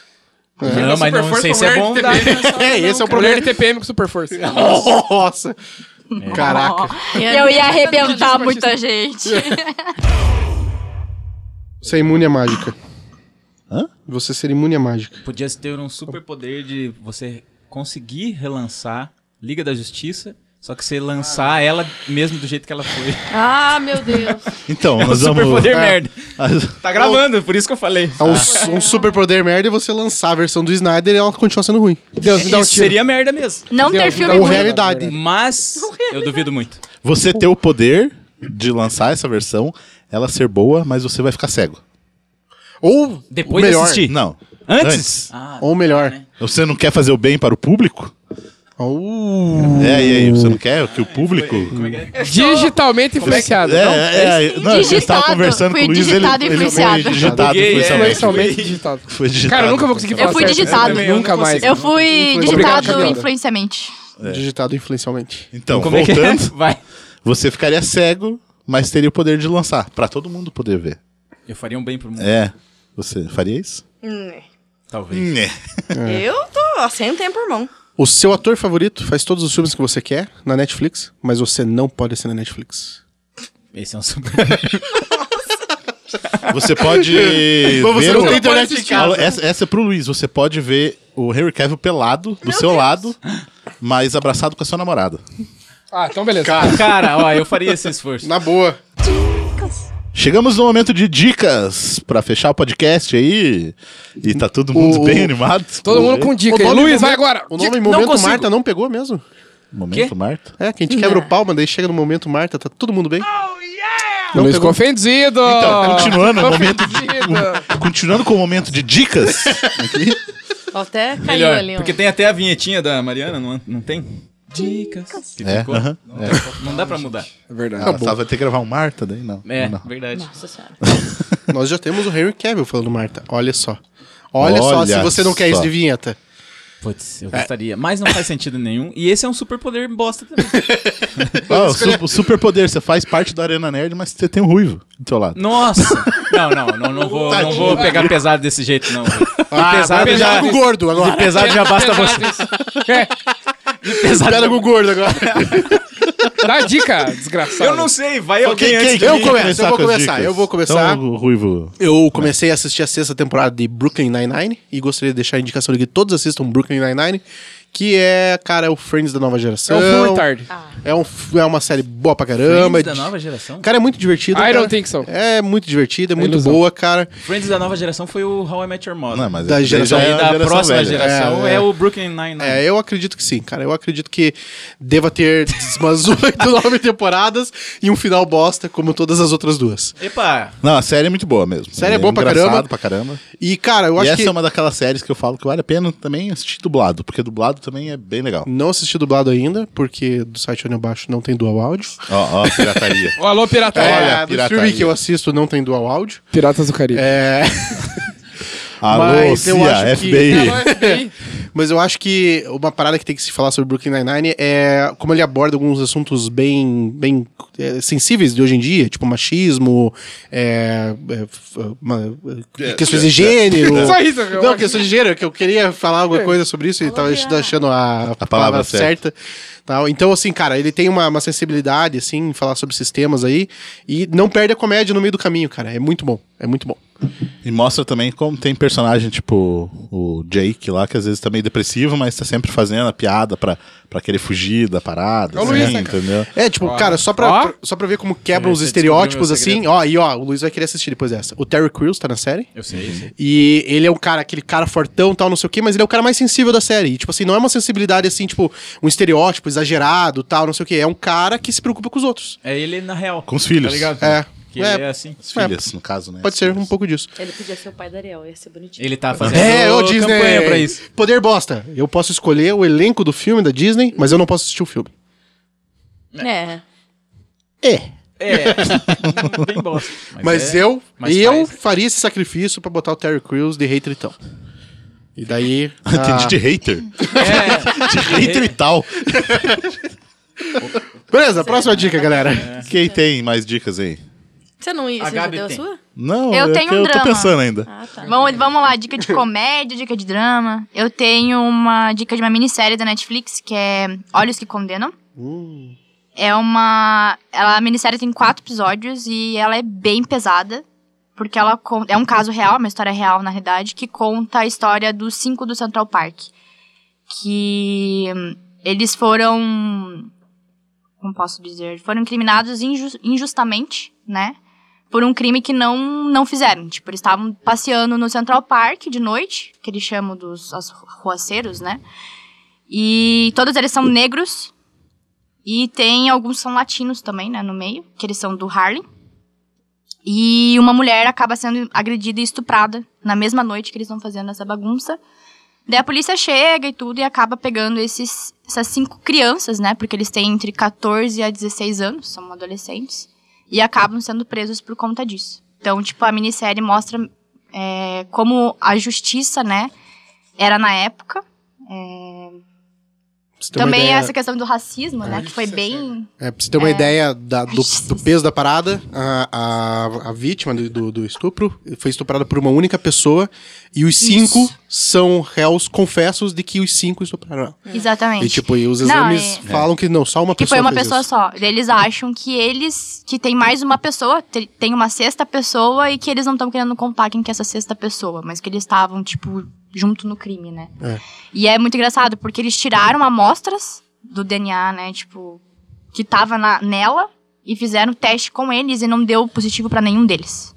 E: Não, mas não sei se é bom.
D: Dá,
C: É, esse é o
D: Mulher
C: problema.
D: de TPM com super força.
C: Nossa!
B: É.
C: Caraca.
G: Eu ia arrebentar muita gente.
C: Você é imune à mágica.
B: Hã?
C: Você ser imune à mágica.
E: Podia ter um superpoder de você conseguir relançar Liga da Justiça, só que você lançar ela mesmo do jeito que ela foi.
F: Ah, meu Deus.
D: É um
B: Então, nós vamos.
E: Superpoder merda.
B: As-
E: Tá gravando, por isso que eu falei.
B: Então,
C: É um, um super poder merda e você lançar a versão do Snyder e ela continua sendo ruim.
D: Deus,
B: É,
D: me dá um
E: Isso
D: tiro.
E: seria merda mesmo.
G: Não ter
D: Deus,
G: filme
C: Ou
D: Não,
G: ruim.
C: realidade.
E: Mas eu duvido muito.
B: Você ter o poder de lançar essa versão, ela ser boa, mas você vai ficar cego. né?
C: Ou
E: Depois de
C: melhor.
E: assistir.
B: Não.
E: Antes? Ah,
C: Ou melhor.
B: Você não quer fazer o bem para o público?
C: Ou...
B: É, e aí? Você não quer que o público.
D: É. Digitalmente influenciado.
B: É,
D: não?
B: é, é, não, eu
G: Digitado.
B: estava conversando
G: Fui
B: com o Luiz, ele,
G: digitado e
B: ele foi
G: influenciado.
B: digitado,
E: Buguei, é.
B: influenciado.
D: Influencialmente digitado.
B: Foi digitado.
D: Cara, eu nunca vou conseguir falar
G: Eu fui
D: certo.
G: digitado.
D: também, eu nunca
E: não
D: mais.
E: consigo.
G: Eu fui
C: então. Obrigado,
G: digitado
C: Gabriela.
G: influenciamente.
B: É.
C: Digitado influencialmente.
B: Então,
E: Como é que é?
B: voltando,
E: Vai.
B: você ficaria cego, mas teria o poder de lançar, pra todo mundo poder ver.
E: Eu faria um bem pro mundo.
B: É. Você faria isso?
F: Hum,
E: Talvez.
B: Né.
F: Eu tô há 100 tempo, irmão.
C: O seu ator favorito faz todos os filmes que você quer na Netflix, mas você não pode ser na Netflix.
E: Esse é um super.
B: Você pode.
C: Ou você
B: ver
C: não
B: o-
C: tem internet em casa.
B: Essa, essa é pro Luiz. Você pode ver o Henry Cavill pelado, do seu lado, mas abraçado com a sua namorada.
D: Ah, então beleza.
E: Cara, ó, eu faria esse esforço.
C: Na boa.
B: Chegamos no momento de dicas pra fechar o podcast aí. E tá todo mundo
C: O-
B: bem animado.
D: Todo mundo com dica. aí. Luiz, vai agora.
C: né? O
D: Dica-
C: nome
D: Não
C: Momento
D: consigo.
C: Marta não pegou mesmo?
B: Momento, Marta.
C: É, que a gente quebra o palma, daí chega no Momento Marta, tá todo mundo bem?
D: Não Luiz ficou ofendido.
E: Ah,
B: Então, continuando, o
D: Ficou
B: momento de-
D: ofendido.
B: o- continuando com o momento de dicas. aqui.
F: Ó, Até caiu
E: Melhor.
F: ali. ó.
E: Porque tem até a vinhetinha da Mariana, não, não tem? Dicas. Que
B: É,
E: ficou.
B: aham,
E: não, não dá pra mudar.
B: Ah, tá, vai ter que gravar um Marta daí, não.
E: É,
B: Não.
E: verdade.
F: Nossa senhora.
C: Nós já temos o Henry Cavill falando Marta. Olha só. Olha, só
B: Olha
C: se você não quer
B: só.
C: isso de vinheta.
E: Putz, eu gostaria. Mas não faz sentido nenhum. E esse é um superpoder bosta também.
B: Ah, o su- o superpoder, você faz parte da Arena Nerd, mas você tem um ruivo do teu lado.
E: Nossa! Não, não, não, não vou, não vou pegar pesado desse jeito, não.
C: Ah,
E: pesado
C: vai
E: já-
C: pegar com o gordo agora.
E: Pesado já basta você.
D: É,
E: Pesado.
C: Pega com o gordo agora.
D: Dá a dica, desgraçado.
E: Eu não sei, vai alguém antes de
C: eu
E: mim.
C: começo, eu vou
B: com as
C: começar,
B: dicas?
C: eu vou começar.
B: Então, o ruivo.
C: Eu comecei a assistir a sexta temporada de Brooklyn Nine-Nine e gostaria de deixar a indicação de que todos assistam Brooklyn Nine-Nine, que é, cara, é o Friends da nova
D: É
C: geração.
D: um filme tarde.
C: É, um f- é uma série boa pra caramba.
E: Friends da nova geração?
C: Cara, é muito divertido.
D: I don't
C: cara.
D: think so.
C: É muito divertido, é muito
D: ilusão.
C: boa, cara.
E: Friends da nova geração foi o How I Met Your Mother.
B: Não, mas
C: Da
B: daí
C: geração-
B: já
E: e
B: é a
E: da próxima
B: velha.
E: geração é, o Brooklyn Nine-Nine.
C: É, eu acredito que sim, cara. Eu acredito que deva ter umas oito, nove temporadas e um final bosta, como todas as outras duas.
E: Epa!
B: Não, a série é muito boa mesmo.
C: Série é boa pra
B: engraçado
C: caramba.
B: pra caramba.
C: E, cara, eu
B: E
C: acho
B: essa
C: que.
B: é uma daquelas séries que eu falo que vale a pena também assistir dublado, porque dublado também é bem legal.
C: Não assisti dublado ainda, porque do site onde eu baixo não tem dual áudio.
B: Ó, ó, pirataria.
D: Ô, alô, pirata.
B: Olha a
C: é, do
B: pirataria.
C: filme que eu assisto não tem dual áudio.
D: Piratas do Caribe.
C: É,
B: Alô,
C: Mas eu
B: CIA,
C: acho que- é
B: FBI.
C: mas eu acho que uma parada que tem que se falar sobre Brooklyn Nine-Nine é como ele aborda alguns assuntos bem, bem é, sensíveis de hoje em dia, tipo machismo, é, é, f- uma- é, questões de gênero.
D: Só isso, meu. É.
C: Não, questões de gênero, que eu queria falar alguma coisa sobre isso e tava achando a,
B: A palavra certa.
C: tal. Então, assim, cara, ele tem uma, uma sensibilidade, assim, em falar sobre esses temas aí e não perde a comédia no meio do caminho, cara. É muito bom, é muito bom.
B: E mostra também como tem personagem tipo o Jake lá, que às vezes tá meio depressivo, mas tá sempre fazendo a piada pra, pra querer fugir da parada.
D: É o
B: assim,
D: Luiz, né, cara?
B: entendeu?
C: É, tipo, cara, só pra,
D: Ó.
C: pra- só pra ver como quebram os
E: Você
C: estereótipos,
E: descobriu meu
C: assim. Ó, e ó, o Luiz vai querer assistir depois dessa. O Terry Crews tá na série.
E: Eu sei, eu sei.
C: E ele é um cara, aquele cara fortão tal, não sei o quê, mas ele é o cara mais sensível da série. E, tipo assim, não é uma sensibilidade assim, tipo, um estereótipo exagerado tal, não sei o quê. É um cara que se preocupa com os outros.
E: É ele na real.
B: Com os filhos.
E: Tá ligado?
C: É.
E: Que
C: É.
E: ele é assim.
B: As filhas, no caso, né?
C: Pode
B: As
C: ser um
B: filhas.
C: pouco disso.
F: Ele podia ser o pai da Ariel, ia ser bonitinho.
E: Ele tá fazendo
C: É, ô
E: campanha
C: Disney.
E: pra isso.
C: Poder bosta. Eu posso escolher o elenco do filme da Disney, mas eu não posso assistir o filme.
F: É.
C: É.
E: É, bem bosta. é,
C: Mas, eu,
E: mas
C: eu
E: faz.
C: faria esse sacrifício pra botar o Terry Crews de hater e tal. E daí. ah,
B: Entendi de hater.
E: é,
G: Ah.
B: de hater e tal.
C: Beleza, próxima dica, galera.
B: Quem tem mais dicas aí?
F: Você não ia,
E: A
F: você já
E: Gabi
F: deu a
E: tem.
F: sua? Ah, tá.
B: Não,
G: Eu
B: é
G: tenho
B: que
G: um
B: eu tô
G: drama.
B: pensando ainda.
G: Vamos, vamos lá, dica de comédia, dica de drama. Eu tenho uma dica de uma minissérie da Netflix que é Olhos que Condenam. É uma. Ela, a minissérie tem quatro episódios e ela é bem pesada. Porque ela con- é um caso real, uma história real, na realidade, que conta a história dos cinco do Central Park. Que hum, eles foram. Como posso dizer? Foram incriminados injus- injustamente, né? por um crime que não, não fizeram. Tipo, eles estavam passeando no Central Park de noite, que eles chamam dos as ruaceiros, né? E todos eles são negros. E tem alguns são latinos também, né, no meio, que eles são do Harlem. E uma mulher acaba sendo agredida e estuprada na mesma noite que eles estão fazendo essa bagunça. Daí a polícia chega e tudo e acaba pegando esses, essas cinco crianças, né? Porque eles têm entre 14 a 16 anos, são adolescentes e acabam sendo presos por conta disso. Então, tipo, a minissérie mostra é, como a justiça, né, era na época.
C: Você tem uma
G: Também
C: ideia-
G: essa questão do racismo, né, que foi bem...
C: É, pra você ter uma
G: É.
C: ideia da- do,
G: Jesus.
C: do peso da parada, a, a, a vítima do, do, do estupro foi estuprada por uma única pessoa e os cinco são réus confessos de que os cinco estupraram ela.
G: Exatamente.
C: E tipo, e os
G: Não,
C: exames
G: é-
C: falam que não, só uma
G: que
C: pessoa
G: foi uma
C: fez
G: pessoa
C: isso.
G: só. Daí Eles acham que eles... Que tem mais uma pessoa, te- tem uma sexta pessoa e que eles não estão querendo contar quem que é essa sexta pessoa. Mas que eles estavam, tipo, junto no crime, né?
C: É.
G: E é muito engraçado, porque eles tiraram amostras do DNA, né? Tipo, que tava na, nela e fizeram teste com eles e não deu positivo pra nenhum deles.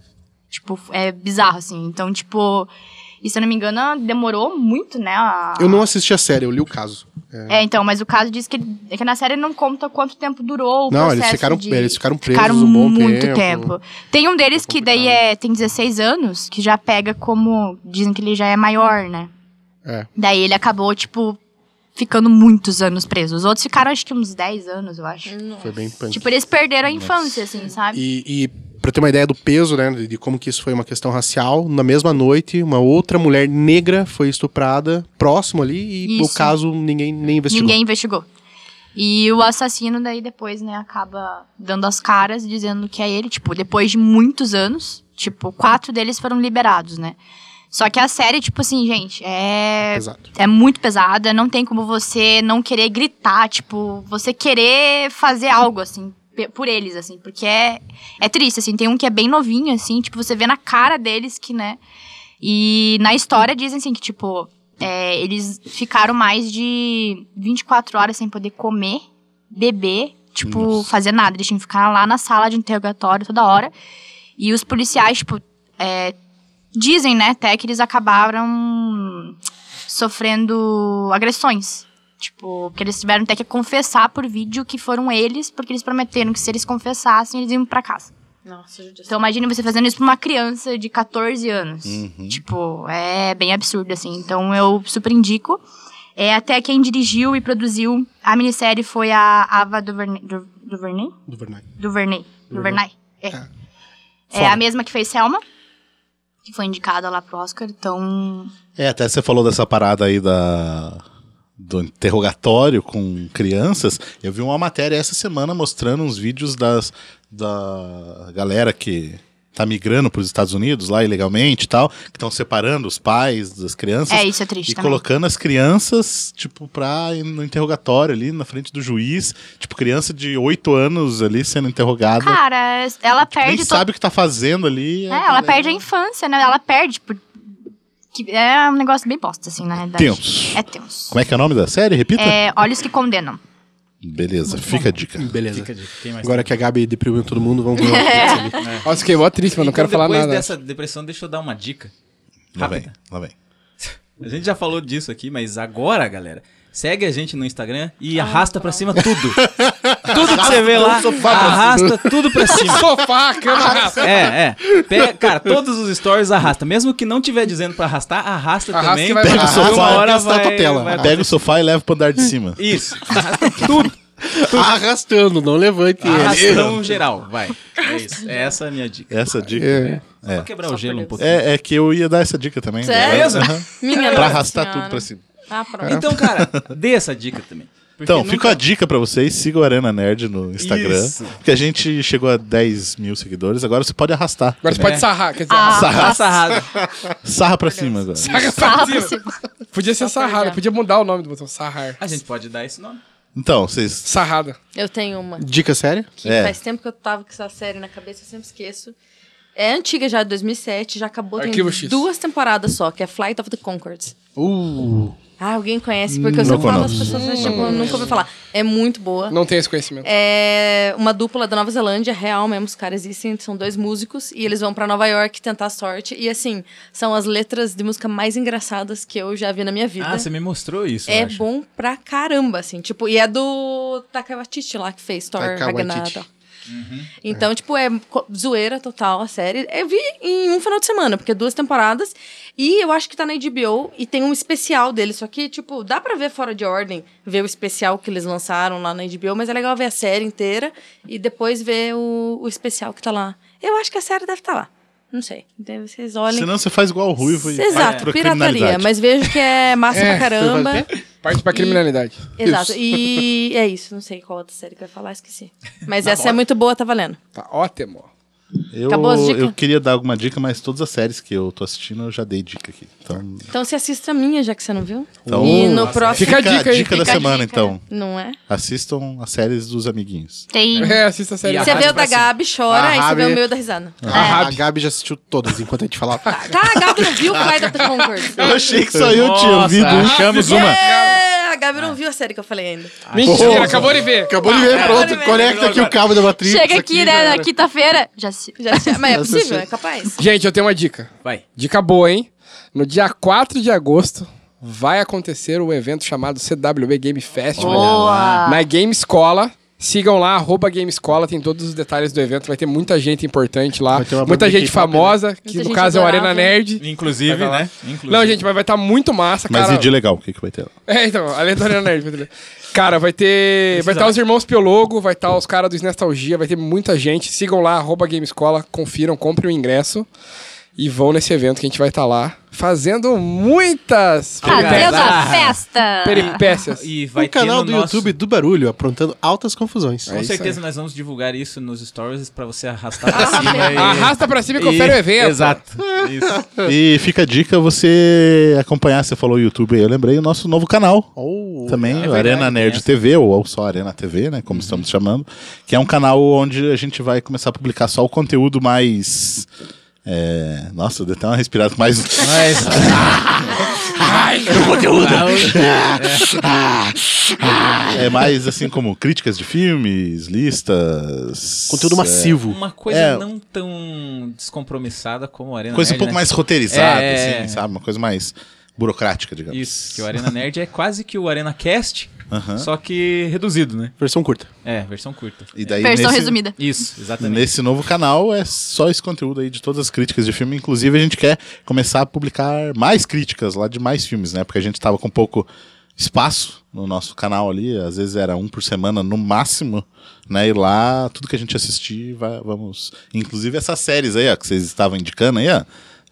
G: Tipo, é bizarro, assim. Então, tipo... E se eu não me engano, demorou muito, né? a-
C: Eu não assisti a série, eu li o caso.
G: é, então, mas o caso diz que, é que na série não conta quanto tempo durou o
C: não,
G: processo
C: eles ficaram,
G: de...
C: eles ficaram presos
G: Ficaram
C: um bom
G: muito
C: tempo.
G: Tem um deles que daí é, tem 16 anos, que já pega como... Dizem que ele já é maior, né?
C: É.
G: Daí ele acabou, tipo, ficando muitos anos preso. Os outros ficaram, acho que uns 10 anos, eu acho.
C: Foi bem punk.
G: Tipo, eles perderam a infância, assim, sabe?
C: E, e pra ter uma ideia do peso, né, de, de como que isso foi uma questão racial, na mesma noite, uma outra mulher negra foi estuprada próximo ali e
G: Isso.
C: o caso ninguém nem investigou.
G: Ninguém investigou. E o assassino daí depois, né, acaba dando as caras, dizendo que é ele, tipo, depois de muitos anos, tipo, quatro deles foram liberados, né? Só que a série, tipo assim, gente, é
C: Exato.
G: é muito pesada, não tem como você não querer gritar, tipo, você querer fazer algo, assim, pe- por eles, assim, porque é, é triste, assim, tem um que é bem novinho, assim, tipo, você vê na cara deles que, né, e na história dizem, assim, que, tipo, é, eles ficaram mais de 24 horas sem poder comer, beber, tipo, fazer nada, eles tinham que ficar lá na sala de interrogatório toda hora, e os policiais, tipo, é, dizem, né, até que eles acabaram sofrendo agressões. Tipo, porque eles tiveram até que confessar por vídeo que foram eles, porque eles prometeram que se eles confessassem, eles iam pra casa.
F: Nossa, judiação.
G: Então imagine você fazendo isso pra uma criança de 14 anos.
B: Uhum.
G: Tipo, é bem absurdo, assim. Então eu super indico. É, até quem dirigiu e produziu a minissérie foi a Ava Duvernay. Du- Duvernay?
C: Do Bernard.
G: Duvernay. Duvernay. É. É
C: Foda.
G: a mesma que fez Selma, que foi indicada lá pro Oscar. Então,
B: É, até você falou dessa parada aí da do interrogatório com crianças. Eu vi uma matéria essa semana mostrando uns vídeos das da galera que tá migrando para os Estados Unidos lá ilegalmente e tal, que estão separando os pais das crianças
G: é isso, é triste
B: e
G: também.
B: colocando as crianças, tipo, pra ir no interrogatório ali na frente do juiz, tipo, criança de 8 anos ali sendo interrogada.
G: Cara, ela
B: nem
G: Ah, perde to-
B: sabe o que tá fazendo ali.
G: É, ela perde a infância, né? Ela perde. Por... que É um negócio bem bosta, assim, na realidade.
B: Tenso.
G: É tenso.
B: Como é que é o nome da série? Repita.
G: É, olhos que condenam.
B: Beleza, fica a dica.
C: Beleza.
E: Fica a dica, Quem mais
C: Agora que a Gabi deprimiu todo mundo, vamos ver uma pizza ali.
D: Nossa, fiquei mó triste, mas não quero
E: Então,
D: falar
E: depois
D: nada.
E: dessa depressão, deixa eu dar uma dica.
B: Lá
E: Rápida.
B: vem, lá vem.
E: A gente já falou disso aqui, mas agora, galera, segue a gente no Instagram e arrasta pra cima tudo. tudo que você vê lá, arrasta tudo pra cima.
D: Sofá, cama.
E: É, é. Pega- cara, todos os stories arrasta. Mesmo que não tiver dizendo pra arrastar, arrasta,
D: Arrasta
E: também.
D: que vai
E: pra-
D: Pega o
E: Ah, uma
B: sofá,
E: hora
C: arrasta a
E: vai,
C: tua tela.
E: vai-
B: Pega o sofá e leva pro andar de cima.
E: Isso, arrasta tudo.
C: Arrastando, não levante ele.
E: Arrastão geral, vai. É isso. É essa a minha dica.
B: Essa dica.
C: É.
E: Vou quebrar o gelo um pouquinho.
B: É, é que eu ia dar essa dica também.
F: Sério?
B: Beleza? Aham.
F: Minha
B: Pra
F: nossa
B: arrastar
F: senhora.
B: tudo pra cima.
F: Ah, pronto.
E: Então, cara, dê essa dica também. Porque
B: Então,
E: nunca-
B: fica a dica pra vocês, siga o Arena Nerd no Instagram,
E: Isso.
B: porque a gente chegou a 10 mil seguidores, agora você pode arrastar.
D: Agora você
B: também.
C: É.
D: pode sarrar, quer dizer,
E: Tá sarrado.
B: Sarra pra cima agora.
D: sarra pra cima. Podia ser sarrada, podia mudar o nome do botão, sarrar.
E: A gente pode dar esse nome.
B: Então, vocês...
D: Sarrada.
F: Eu tenho uma.
C: Dica séria?
F: que
B: É.
F: faz tempo que eu tava com essa série na cabeça, eu sempre esqueço. É antiga já, de 2007, já acabou, tem
D: Arquivo X.
F: duas temporadas só, que é Flight of the Concords.
C: Uh.
F: Ah, alguém conhece, porque eu
B: Não
F: sempre falo das
B: conheço.
F: pessoas, mas tipo, eu nunca ouvi falar. É muito boa.
D: Não tem esse conhecimento.
F: É uma dupla da Nova Zelândia, real mesmo, os caras existem, são dois músicos, e eles vão pra Nova York tentar a sorte. E assim, são as letras de música mais engraçadas que eu já vi na minha vida.
E: Ah, você me mostrou isso. eu
F: É
E: acho.
F: bom pra caramba, assim. Tipo, e é do Taika Waititi lá que fez Thor
C: Taika Waititi.
F: Ragnarok. Então, tipo, é co- zoeira total a série. Eu vi em um final de semana, porque é duas temporadas. E eu acho que tá na HBO e tem um especial dele. Só que, tipo, dá pra ver fora de ordem, ver o especial que eles lançaram lá na HBO, mas é legal ver a série inteira e depois ver o, o especial que tá lá. Eu acho que a série deve estar tá lá. Não sei. Então, vocês olhem.
B: Senão você faz igual o Ruivo e parte
F: Exato,
B: pra
F: pirataria.
B: criminalidade.
F: Mas vejo que é massa pra caramba.
D: Parte pra criminalidade.
F: Exato. E é isso. Não sei qual outra série que eu ia falar, esqueci. Mas essa é muito boa, tá valendo.
D: Tá ótimo.
B: Eu,
F: Acabou as dicas?
B: eu queria dar alguma dica, mas todas as séries que eu tô assistindo eu já dei dica aqui. Então,
F: Então você assista a minha, já que você não viu.
B: então
F: e no próximo.
D: Fica a dica aí.
B: da
F: Fica a
B: semana,
F: dica.
B: então.
F: Não é?
B: Assistam as séries dos amiguinhos.
G: Tem.
D: É, assista a série.
E: E a
F: Você vê o
E: Rádio
F: da
E: Brasil.
F: Gabi, chora,
C: A
F: aí você vê
C: Rabi-
F: o meu da risada.
G: É.
C: A, a Gabi já assistiu todas enquanto a gente falava.
F: Tá, a Gabi não viu Flight of the Conchords.
B: Eu achei que só eu tinha ouvido.
I: achamos uma.
F: É, a Gabi não viu a série que eu falei ainda.
D: Mentira, acabou de ver. Ah,
C: Acabou de ver, É, pronto. Conecta aqui o cabo da matriz.
G: Chega aqui, né, na quinta-feira. Já se...
F: Já assisti- Mas é possível, é capaz.
D: Gente, eu tenho uma dica.
E: Vai.
D: Dica boa, hein? No dia 4 de agosto vai acontecer um evento chamado CWB Game Festival. Na Game Escola. Sigam lá, arroba Game Escola, tem todos os detalhes do evento. Vai ter muita gente importante lá.
C: Vai ter uma banda
D: Muita
C: de
D: gente
C: K-pop, né?
D: famosa, que
F: Muita
D: no
F: gente
D: caso é o
F: adorável.
D: Arena Nerd.
E: Inclusive, né? Inclusive.
D: Não, gente, mas vai estar muito massa,
B: Mas
D: cara.
B: e de legal, o que, que vai ter lá?
D: É, então, além do Arena Nerd. vai ter- Cara, vai ter. Vai estar os irmãos Piologo, vai estar os caras dos Nostalgia, vai ter muita gente. Sigam lá, arroba Game Escola, confiram, comprem o ingresso e vão nesse evento que a gente vai estar lá fazendo muitas
G: Adeus
E: Ah.
G: à Tá, festa.
D: peripécias.
E: E vai
C: Vai
E: ter
C: canal
E: no
C: do
E: nosso-
C: YouTube do Barulho, aprontando altas confusões.
D: É
E: Com
D: isso
E: certeza nós vamos divulgar isso nos stories pra você arrastar pra cima. e-
D: Arrasta pra cima e confere o evento.
E: Exato. Isso.
C: É.
B: E fica a dica você acompanhar, você falou YouTube aí, eu lembrei o nosso novo canal.
C: Oh,
B: Também, o
E: verdade,
B: Arena
E: tem
B: Nerd
E: essa.
B: TV, ou, ou só Arena TV, né? Como estamos chamando. Que é um canal onde a gente vai começar a publicar só o conteúdo mais. é, Nossa, deu até uma respirada mais.
E: é
B: é mais assim como críticas de filmes, listas.
C: conteúdo massivo.
E: Uma coisa
B: É.
E: não tão descompromissada como o Arena
B: Coisa um
E: Nerd,
B: pouco
E: né?
B: mais roteirizada,
E: É, é,
B: assim,
E: é.
B: sabe? Uma coisa mais burocrática, digamos.
E: Isso, que o Arena Nerd é quase que o Arena Cast,
B: Aham.
E: só que reduzido, né?
C: Versão curta.
E: É, versão curta.
B: E daí,
G: Versão
B: nesse-
G: resumida.
E: Isso, exatamente.
B: Nesse novo canal é só esse conteúdo aí de todas as críticas de filme. Inclusive, a gente quer começar a publicar mais críticas lá de mais filmes, né? Porque a gente tava com pouco espaço no nosso canal ali, às vezes era um por semana no máximo, né? E lá tudo que a gente assistir, vai- vamos. Inclusive essas séries aí, ó, que vocês estavam indicando aí, ó.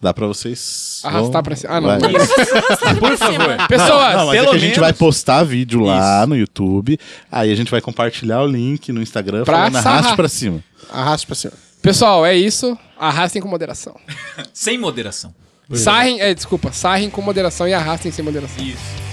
B: Dá pra vocês.
D: Arrastar
B: vão-
D: pra cima. Ah, não.
B: Vai.
E: tá
D: Não,
E: Por favor.
D: Pessoas,
B: Não, mas é
E: pelo
B: que a gente
E: menos-
B: vai postar vídeo lá no YouTube, aí a gente vai compartilhar o link no Instagram
D: Pra
B: falando arraste
D: sarrar.
B: pra cima.
C: Arraste pra cima.
D: pessoal, é isso. Arrastem com moderação. é,
E: Sem moderação.
D: Sarrem, é, desculpa, sarrem com moderação e arrastem sem moderação.
E: Isso.